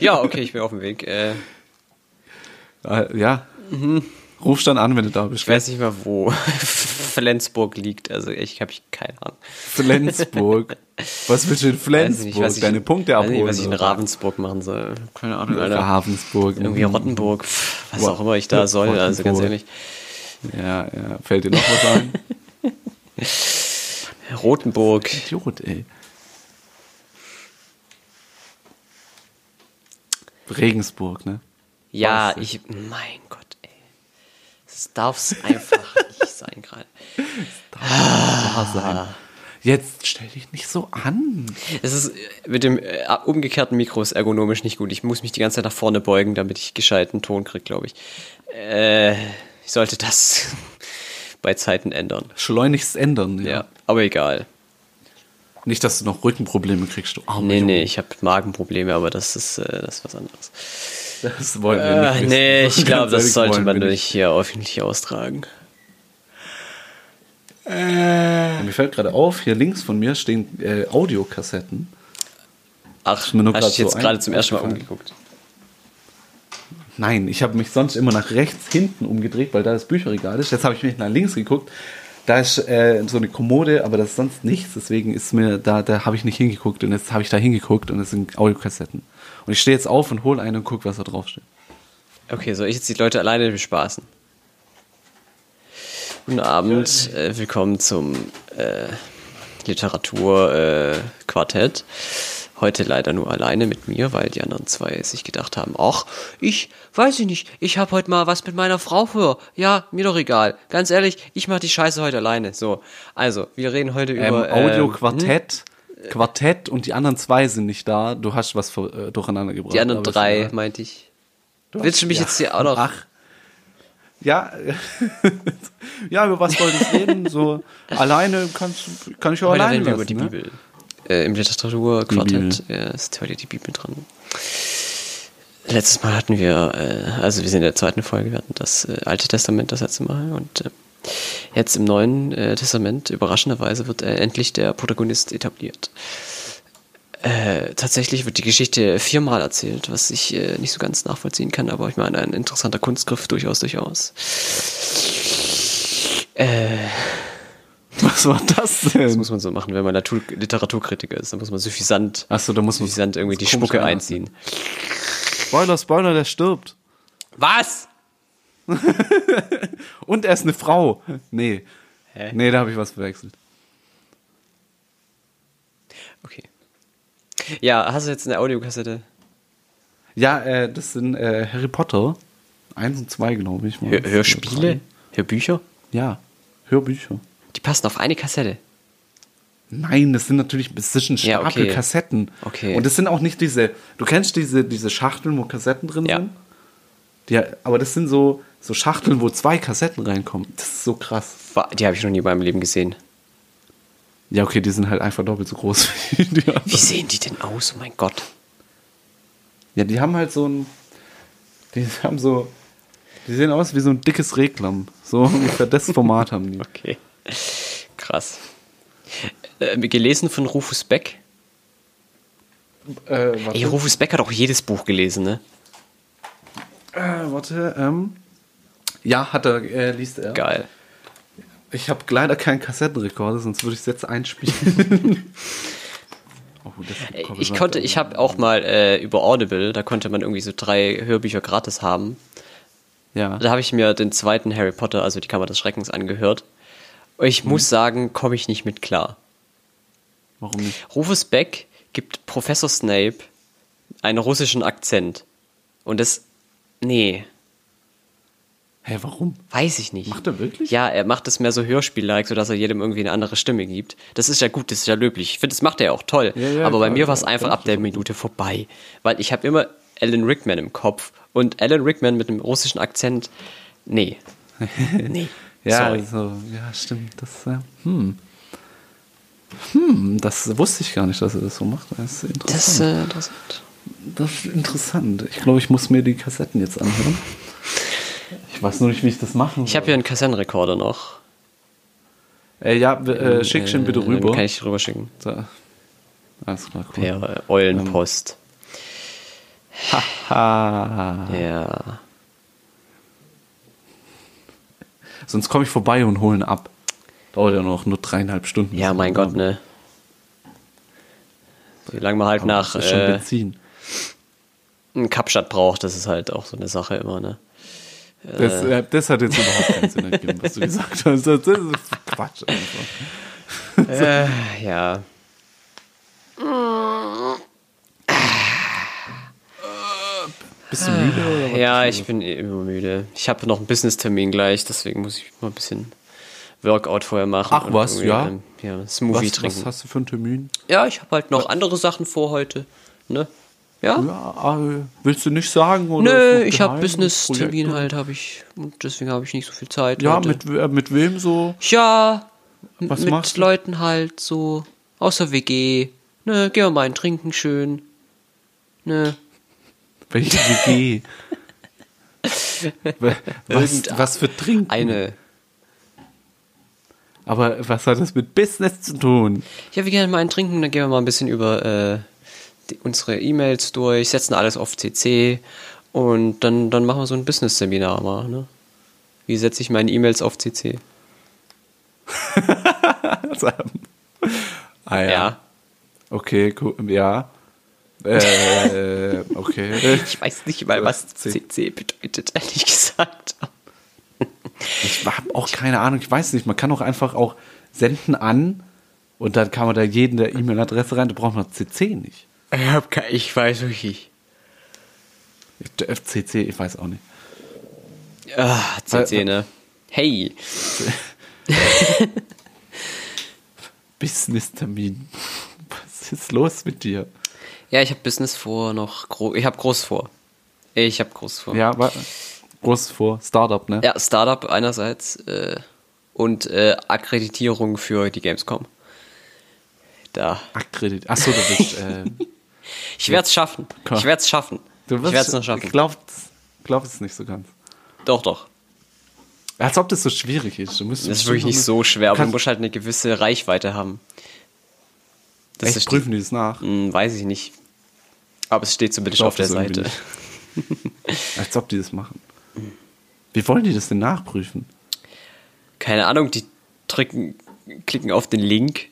S2: Ja, okay, ich bin auf dem Weg. Äh,
S1: Äh, ja. Rufst dann an, wenn du da bist.
S2: Mhm. ich weiß nicht mehr, wo Flensburg liegt. Also ich habe ich keine Ahnung.
S1: Flensburg. Was willst du in
S2: Weiß
S1: Flensburg?
S2: nicht, was ich-
S1: Deine Punkte
S2: weiß
S1: abholen.
S2: nicht, was ich in
S1: oder?
S2: Ravensburg machen soll. Keine Ahnung,
S1: Oder
S2: Alter.
S1: Havensburg.
S2: Irgendwie
S1: Mhm.
S2: Rottenburg, pff, was
S1: Wo-
S2: auch immer ich da soll. Also ganz
S1: Rottenburg.
S2: ehrlich.
S1: Ja, ja. Fällt dir noch was ein?
S2: Rothenburg.
S1: Idiot, ey. Regensburg, ne?
S2: Ja,
S1: Weißt du.
S2: ich. Mein Gott, ey. Das darf's einfach nicht sein gerade.
S1: Ah. Sein. Jetzt stell dich nicht so an.
S2: Es ist äh, mit dem äh, umgekehrten Mikro ist ergonomisch nicht gut. Ich muss mich die ganze Zeit nach vorne beugen, damit ich gescheiten Ton krieg, glaube ich. Äh, ich sollte das bei Zeiten ändern.
S1: Schleunigst ändern, ja.
S2: Ja, aber egal.
S1: Nicht, dass du noch Rückenprobleme kriegst, du arme
S2: Nee,
S1: Junge.
S2: nee, ich habe Magenprobleme, aber das ist, äh, das ist was anderes.
S1: Das wollen wir nicht.
S2: Äh,
S1: wissen.
S2: nee, ich
S1: Ganz
S2: glaube,
S1: ehrlich,
S2: das sollte
S1: wollen
S2: man
S1: wir
S2: nicht hier öffentlich austragen.
S1: Ja, Äh, Mir fällt gerade auf, hier links von mir stehen äh, Audiokassetten.
S2: Ach,
S1: mir nur grad
S2: hast du jetzt
S1: so
S2: gerade
S1: ein-
S2: zum ersten Mal
S1: aufgefallen.
S2: umgeguckt.
S1: Nein, ich habe mich sonst immer nach rechts hinten umgedreht, weil da das Bücherregal ist. Jetzt habe ich mich nach links geguckt. Da ist äh, so eine Kommode, aber das ist sonst nichts. Deswegen ist mir da, da habe ich nicht hingeguckt und jetzt habe ich da hingeguckt und es sind Audiokassetten. Und ich stehe jetzt auf und hole eine und gucke, was da draufsteht.
S2: Okay, soll ich jetzt die Leute alleine bespaßen? Guten Abend, äh, willkommen zum äh, Literaturquartett. Äh, Quartett. Heute leider nur alleine mit mir, weil die anderen zwei sich gedacht haben, ach, ich weiß ich nicht, ich habe heute mal was mit meiner Frau vor. Ja, mir doch egal. Ganz ehrlich, ich mache die Scheiße heute alleine. So, also, wir reden heute
S1: Ähm,
S2: über... ähm,
S1: Audioquartett,
S2: hm?
S1: Quartett und die anderen zwei sind nicht da. Du hast was ver- äh, durcheinander gebracht.
S2: die anderen
S1: aber ist
S2: drei,
S1: egal.
S2: meinte ich. Willst du mich
S1: Ja.
S2: jetzt hier auch noch...
S1: Ach. Ja, ja, über was wollte ich reden? So alleine kannst, du- kann ich auch
S2: Heute
S1: alleine
S2: reden wir
S1: lassen,
S2: über die
S1: ne?
S2: Bibel. Äh, Im Literaturquartett äh, ist heute die Bibel dran. Letztes Mal hatten wir, äh, also wir sind in der zweiten Folge, wir hatten das äh, Alte Testament das letzte Mal und äh, jetzt im Neuen äh, Testament, überraschenderweise, wird äh, endlich der Protagonist etabliert. Äh, tatsächlich wird die Geschichte viermal erzählt, was ich äh, nicht so ganz nachvollziehen kann, aber ich meine, ein interessanter Kunstgriff durchaus, durchaus.
S1: Was war das
S2: Das
S1: denn?
S2: muss man so machen, wenn man Natur Literaturkritiker ist, dann muss man suffisant,
S1: Achso, da muss man
S2: suffisant irgendwie die
S1: das komisch
S2: Spucke
S1: anlassen.
S2: einziehen.
S1: Spoiler, Spoiler, der stirbt.
S2: Was?
S1: Und er ist eine Frau. Nee.
S2: Hä?
S1: Nee, da habe ich was verwechselt.
S2: Okay. Ja, hast du jetzt eine Audiokassette?
S1: Ja, äh, das sind äh, Harry Potter. Eins und zwei, glaube ich. waren
S2: Hör
S1: es.
S2: Hörspiele? Hörbücher?
S1: Ja, Hörbücher.
S2: Die passen auf eine Kassette.
S1: Nein, das sind natürlich, das ist ein Stapel
S2: Ja, okay.
S1: Kassetten.
S2: Okay.
S1: Und das sind auch nicht diese, du kennst diese, diese Schachteln, wo Kassetten drin
S2: Ja.
S1: sind? Ja. Aber das sind so, so Schachteln, wo zwei Kassetten reinkommen. Das ist so krass.
S2: Wa- Die habe ich noch nie in meinem Leben gesehen.
S1: Ja, okay, die sind halt einfach doppelt so groß wie die
S2: Wie
S1: anderen.
S2: sehen die denn aus? Oh mein Gott.
S1: Ja, die haben halt so ein, die haben so, die sehen aus wie so ein dickes Reklam. So ungefähr das Format haben die.
S2: Okay. Krass. Äh, gelesen von Rufus Beck.
S1: Äh, warte,
S2: Ey, Rufus Beck hat auch jedes Buch gelesen, ne?
S1: äh, warte, ähm. Ja, hat er, äh, liest er.
S2: Geil.
S1: Ich habe leider keinen Kassettenrekorder, sonst würde ich es jetzt einspielen. oh, das gibt
S2: Ey, Ich
S1: Copyright.
S2: konnte, ich habe auch mal äh, über Audible, da konnte man irgendwie so drei Hörbücher gratis haben.
S1: Ja.
S2: Da habe ich mir den zweiten Harry Potter, also die Kammer des Schreckens, angehört. Und ich muss sagen, komme ich nicht mit klar.
S1: Warum nicht?
S2: Rufus Beck gibt Professor Snape einen russischen Akzent. Und das. Nee.
S1: Hä, warum?
S2: Weiß ich nicht.
S1: Macht er wirklich?
S2: Ja, er macht es mehr so Hörspiel-like, sodass er jedem irgendwie eine andere Stimme gibt. Das ist ja gut, das ist ja löblich. Ich finde, das macht er ja auch toll.
S1: Ja, ja,
S2: Aber bei
S1: klar,
S2: mir war es
S1: ja,
S2: einfach
S1: klar.
S2: ab der Minute vorbei. Weil ich habe immer Alan Rickman im Kopf. Und Alan Rickman mit einem russischen Akzent, nee. nee.
S1: Ja,
S2: Sorry.
S1: so, ja, stimmt. Das, äh, hm. Hm, das wusste ich gar nicht, dass er das so macht. Das ist interessant.
S2: Das ist äh, interessant.
S1: Das ist interessant. Ich glaube, ich muss mir die Kassetten jetzt anhören. Ich weiß nur nicht, wie ich das machen
S2: Ich habe hier einen Kassettenrekorder noch.
S1: äh, Ja, w- äh, schick schön bitte
S2: Äh,
S1: rüber.
S2: Kann ich rüberschicken.
S1: Da. Alles klar, cool.
S2: Per äh, Eulenpost.
S1: Ha.
S2: Ja.
S1: Sonst komme ich vorbei und holen ab. Dauert ja noch nur dreieinhalb Stunden.
S2: Ja, mein Gott, ne. Solange man halt
S1: Aber
S2: nach
S1: Das ist schon
S2: äh,
S1: Benzin.
S2: einen Kapstadt braucht, das ist halt auch so eine Sache immer, ne?
S1: Das, äh, das hat jetzt überhaupt keinen Sinn ergeben, was du gesagt hast. Das, das ist Quatsch einfach.
S2: Äh, ja.
S1: Bist du müde oder was?
S2: Ja, ich bin eh immer müde. Ich habe noch einen Business-Termin gleich, deswegen muss ich mal ein bisschen Workout vorher machen.
S1: Ach
S2: und
S1: was,
S2: irgendwie,
S1: ja?
S2: ähm, ja, Smoothie
S1: Was,
S2: trinken.
S1: was hast du für einen Termin?
S2: ja, ich habe halt noch andere Sachen vor heute, ne? Ja?
S1: Ja, äh, willst du nicht sagen? Oder ist
S2: Nö,
S1: noch
S2: ich habe
S1: geheim?
S2: Business-Termin
S1: Projekte?
S2: halt, habe ich. Und deswegen habe ich nicht so viel Zeit.
S1: Ja,
S2: heute.
S1: mit, äh, mit wem so?
S2: Ja, m-
S1: Was
S2: mit
S1: machst du?
S2: Leuten halt so aus der WG. Ne, gehen wir mal einen trinken schön. Ne.
S1: Welche WG? was, was für Trinken?
S2: Eine.
S1: Aber was hat das mit Business zu tun?
S2: Ja, wir gehen mal einen trinken, dann gehen wir mal ein bisschen über äh, die, unsere E-Mails durch, setzen alles auf CC und dann, dann machen wir so ein Business-Seminar mal, ne? Wie setze ich meine E-Mails auf CC?
S1: Also, Ah
S2: Ja.
S1: Okay, cool. Ja. Äh, okay.
S2: Ich weiß nicht mal, was
S1: C-
S2: CC bedeutet, ehrlich gesagt.
S1: Ich habe auch keine Ahnung. Ich weiß nicht. Man kann auch einfach auch senden an und dann kann man da jeden der E-Mail-Adresse rein. Da braucht man CC nicht.
S2: Ich, hab keine, ich weiß wirklich.
S1: CC, ich weiß auch nicht.
S2: Ah, CC, ne? Hey.
S1: Business-Termin. Was ist los mit dir?
S2: Ja, ich habe Business vor, noch gro ich habe groß vor. Ich habe groß vor. Ja,
S1: Ja, wa- groß vor. Startup, ne?
S2: Startup einerseits äh, und äh, Akkreditierung für die Gamescom. Da.
S1: Akkredit. Achso, du bist. Äh,
S2: Ich werde es schaffen.
S1: Komm.
S2: Ich werde es schaffen.
S1: du
S2: ich werde es
S1: wirst.
S2: noch schaffen.
S1: Glaubst glaub es nicht so ganz.
S2: Doch, doch.
S1: Als ob das so schwierig ist. Du musst
S2: Das ist wirklich nicht so schwer, aber du
S1: Kannst,
S2: musst halt eine gewisse Reichweite haben. Das
S1: echt,
S2: ist-
S1: prüfen die das nach.
S2: Hm, weiß ich nicht. Aber es steht zumindest
S1: glaub
S2: auf der
S1: das irgendwie
S2: Seite.
S1: Als ob die das machen. Wie wollen die das denn nachprüfen?
S2: Keine Ahnung, die drücken, klicken auf den Link,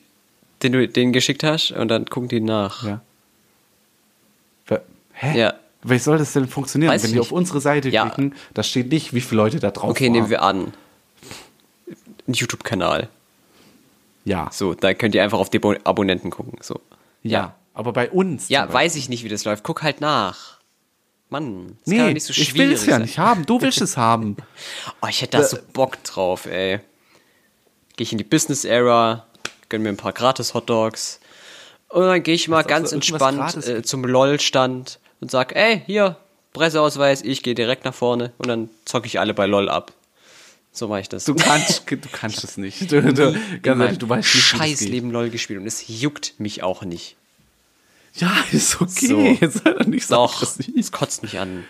S2: den du denen geschickt hast, und dann gucken die nach.
S1: Ja. Wa- Hä?
S2: Ja.
S1: Wie soll das denn funktionieren?
S2: Weiß
S1: Wenn
S2: ich
S1: die
S2: nicht.
S1: auf unsere Seite
S2: Ja.
S1: klicken, da steht nicht, wie viele Leute da drauf
S2: Okay,
S1: waren.
S2: nehmen wir an. Ein YouTube-Kanal.
S1: Ja.
S2: So, da könnt ihr einfach auf die Abo- Abonnenten gucken. So.
S1: ja. Aber bei uns.
S2: Ja,
S1: zum
S2: weiß ich nicht, wie das läuft. Guck halt nach. Mann, das kann
S1: Nee,
S2: doch nicht so schwierig
S1: ich will es ja
S2: sein.
S1: nicht Äh, haben. Du willst es haben.
S2: Oh, ich hätte da so Bock drauf, ey. Gehe ich in die Business Era, gönn mir ein paar gratis Hotdogs. Und dann gehe ich mal
S1: ob
S2: ganz
S1: so irgendwas
S2: entspannt
S1: gratis
S2: äh, zum LOL-Stand und sag, ey, hier, Presseausweis, ich gehe direkt nach vorne und dann zocke ich alle bei LOL ab. So mache ich das.
S1: Du kannst, du kannst es nicht. Du, du, ganz ehrlich, du weißt nicht, wie das
S2: scheiß
S1: geht.
S2: Leben LOL gespielt und es juckt mich auch nicht.
S1: Ja, ist okay.
S2: So.
S1: Sei doch nicht so
S2: Doch,
S1: aggressiv.
S2: es kotzt mich an.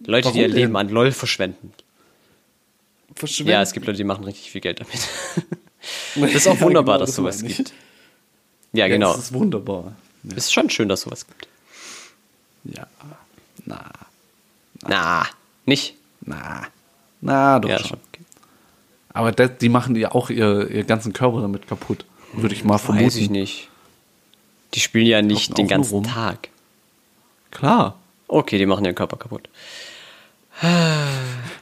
S2: Leute, die ihr
S1: Warum
S2: Leben
S1: denn?
S2: an LOL verschwenden.
S1: Verschwinden.
S2: Ja, es gibt Leute, die machen richtig viel Geld damit. Das ist auch wunderbar, dass sowas
S1: genau, meine ich.
S2: gibt. Ja,
S1: Ja,
S2: genau.
S1: Das ist wunderbar. Ja.
S2: Ist schon schön, dass sowas gibt.
S1: ja. Na,
S2: Na, nicht?
S1: na. Na, doch
S2: Ja,
S1: schon.
S2: schon.
S1: Aber das, die machen ja auch ihr, ihr ganzen Körper damit kaputt. Würde ich mal vermuten.
S2: Weiß ich nicht. Die spielen ja nicht
S1: Laufen
S2: den
S1: auch nur
S2: ganzen
S1: rum.
S2: Tag.
S1: Klar.
S2: Okay, die machen ihren Körper kaputt.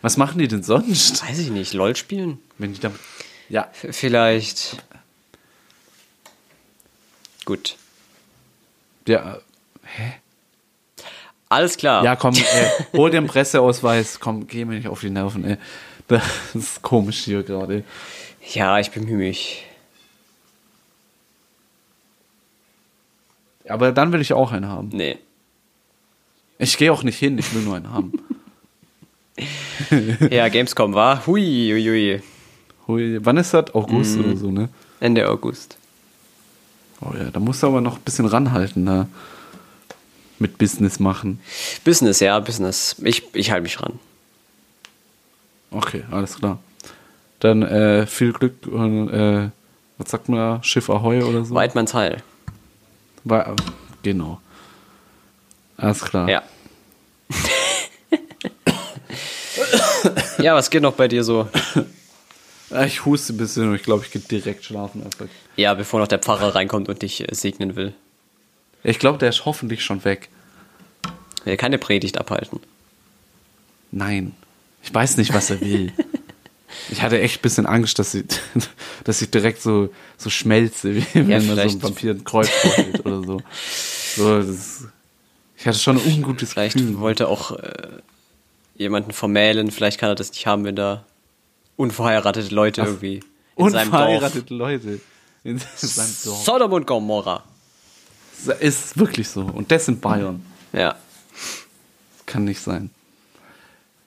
S1: Was machen die denn sonst?
S2: Weiß ich nicht. LOL spielen?
S1: Wenn die damit. Ja.
S2: V- Vielleicht. Gut.
S1: Ja. Hä?
S2: Alles klar.
S1: Ja, komm, ey, hol den Presseausweis. Komm, geh mir nicht auf die Nerven, ey. Das ist komisch hier gerade.
S2: Ja, ich bemühe mich.
S1: Aber dann will ich auch einen haben.
S2: Nee.
S1: Ich gehe auch nicht hin, ich will nur einen haben.
S2: Ja, Gamescom war. Hui, hui, hui.
S1: Hui, wann ist das? August oder so, ne?
S2: Ende August.
S1: Oh ja, da musst du aber noch ein bisschen ranhalten da. Mit Business machen.
S2: Business, ja, Business. Ich, ich halte mich
S1: Hm.
S2: ran.
S1: Okay, alles klar. Dann äh, viel Glück und äh, was sagt man da? Schiff Ahoi oder so?
S2: Weidmanns Heil.
S1: Wei- genau. Alles klar.
S2: Ja. ja, was geht noch bei dir so?
S1: Ah, Ich huste ein bisschen und ich glaube, ich gehe direkt schlafen. einfach.
S2: Ja, bevor noch der Pfarrer reinkommt und dich äh, segnen will.
S1: Ich glaube, der ist hoffentlich schon weg.
S2: Will keine Predigt abhalten.
S1: Nein. Ich weiß nicht, was er will. Ich hatte echt ein bisschen Angst, dass ich, dass ich direkt so, so schmelze, wie wenn man so ein
S2: vielleicht-
S1: Papier ein Kreuz vorhält oder so. so das ist, ich hatte schon ein ungutes
S2: Vielleicht
S1: Gefühl.
S2: wollte auch äh, jemanden vermählen. Vielleicht kann er das nicht haben, wenn da unverheiratete Leute irgendwie in seinem Dorf.
S1: Unverheiratete Leute in seinem Dorf.
S2: Sodom und Gomorra.
S1: Das ist wirklich so. Und das in Bayern.
S2: Ja.
S1: Das kann nicht sein.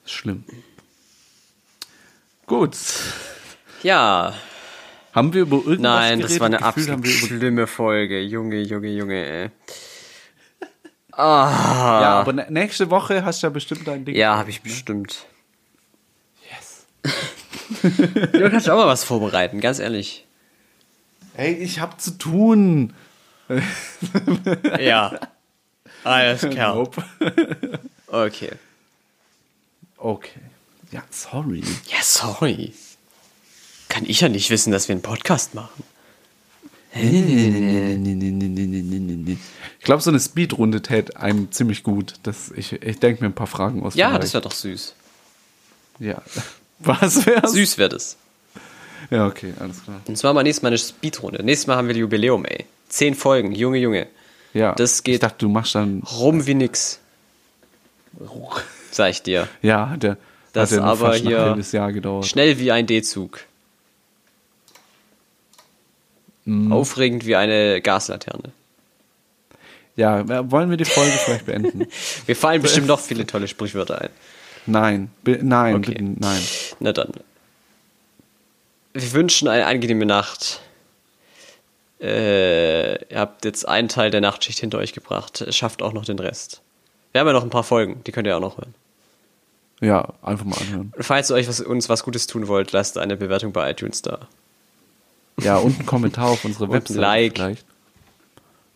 S1: Ist Schlimm. Gut.
S2: Ja,
S1: Haben wir über irgendwas
S2: nein, das
S1: geredet?
S2: war eine
S1: Gefühlt haben
S2: absolut
S1: wir über
S2: schlimme Folge. Junge, Junge, Junge, ey.
S1: Ja, aber nä- nächste Woche hast du ja bestimmt dein Ding.
S2: Ah. Ja, habe ich bestimmt.
S1: Yes.
S2: Du kannst auch mal was vorbereiten, ganz ehrlich.
S1: Ey, ich hab zu tun.
S2: Ja. Alles klar.
S1: Nope.
S2: Okay.
S1: Okay. Ja, sorry.
S2: Ja, sorry. Kann ich ja nicht wissen, dass wir einen Podcast machen.
S1: Nee, nee, nee, nee, nee, nee, nee, nee, nee, nee. Ich glaube, so eine Speedrunde täte einem ziemlich gut. Das, ich ich denke mir ein paar Fragen aus.
S2: Ja,
S1: vielleicht.
S2: das wäre doch süß.
S1: Ja. Was wär's?
S2: Süß wäre das.
S1: Ja, okay, alles klar.
S2: Und zwar mal nächstes Mal eine Speedrunde. Nächstes Mal haben wir Jubiläum, ey. Zehn Folgen, Junge, Junge.
S1: Ja,
S2: Das
S1: Ich
S2: geht
S1: dachte, du machst dann.
S2: rum wie nix, sag ich dir.
S1: Ja, hat der.
S2: Das
S1: hat ja nur
S2: aber
S1: fast
S2: hier-
S1: ein halbes Jahr gedauert.
S2: Schnell wie ein D-Zug. Aufregend wie eine Gaslaterne.
S1: Ja, äh, wollen wir die Folge vielleicht beenden?
S2: Wir fallen bestimmt noch viele tolle Sprichwörter ein.
S1: Nein, be nein,
S2: Okay.
S1: bitte, nein.
S2: Na dann. Wir wünschen eine angenehme Nacht. Äh, ihr habt jetzt einen Teil der Nachtschicht hinter euch gebracht. Schafft auch noch den Rest. Wir haben ja noch ein paar Folgen, die könnt ihr auch noch hören.
S1: Ja, einfach mal anhören.
S2: Und falls ihr euch was, uns was Gutes tun wollt, lasst eine Bewertung bei iTunes da.
S1: Ja, und einen Kommentar auf unsere
S2: Und ein
S1: Website
S2: Like.
S1: vielleicht.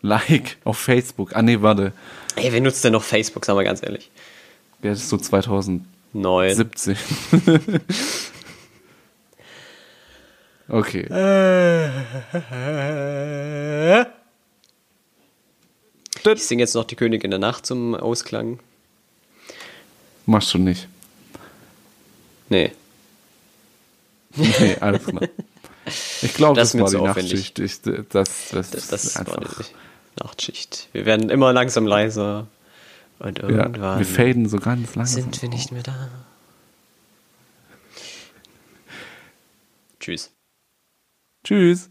S1: Like auf Facebook. Ah, nee, warte.
S2: Ey, wer nutzt denn noch Facebook, sagen wir ganz ehrlich?
S1: Ja, das ist so 2017.
S2: Neun.
S1: okay.
S2: Äh. Ich singe jetzt noch Die Königin der Nacht zum Ausklang.
S1: Machst du nicht.
S2: Nee.
S1: Nee, alles klar. Ich glaube,
S2: Das ist
S1: das,
S2: mir
S1: war
S2: zu
S1: die
S2: aufwendig.
S1: Nachtschicht. Ich, das, das,
S2: Das,
S1: ist
S2: das war
S1: einfach.
S2: die Nachtschicht. Wir werden immer langsam leiser. Und
S1: Ja,
S2: irgendwann
S1: wir faden so ganz langsam.
S2: sind wir nicht mehr da. Tschüss.
S1: Tschüss.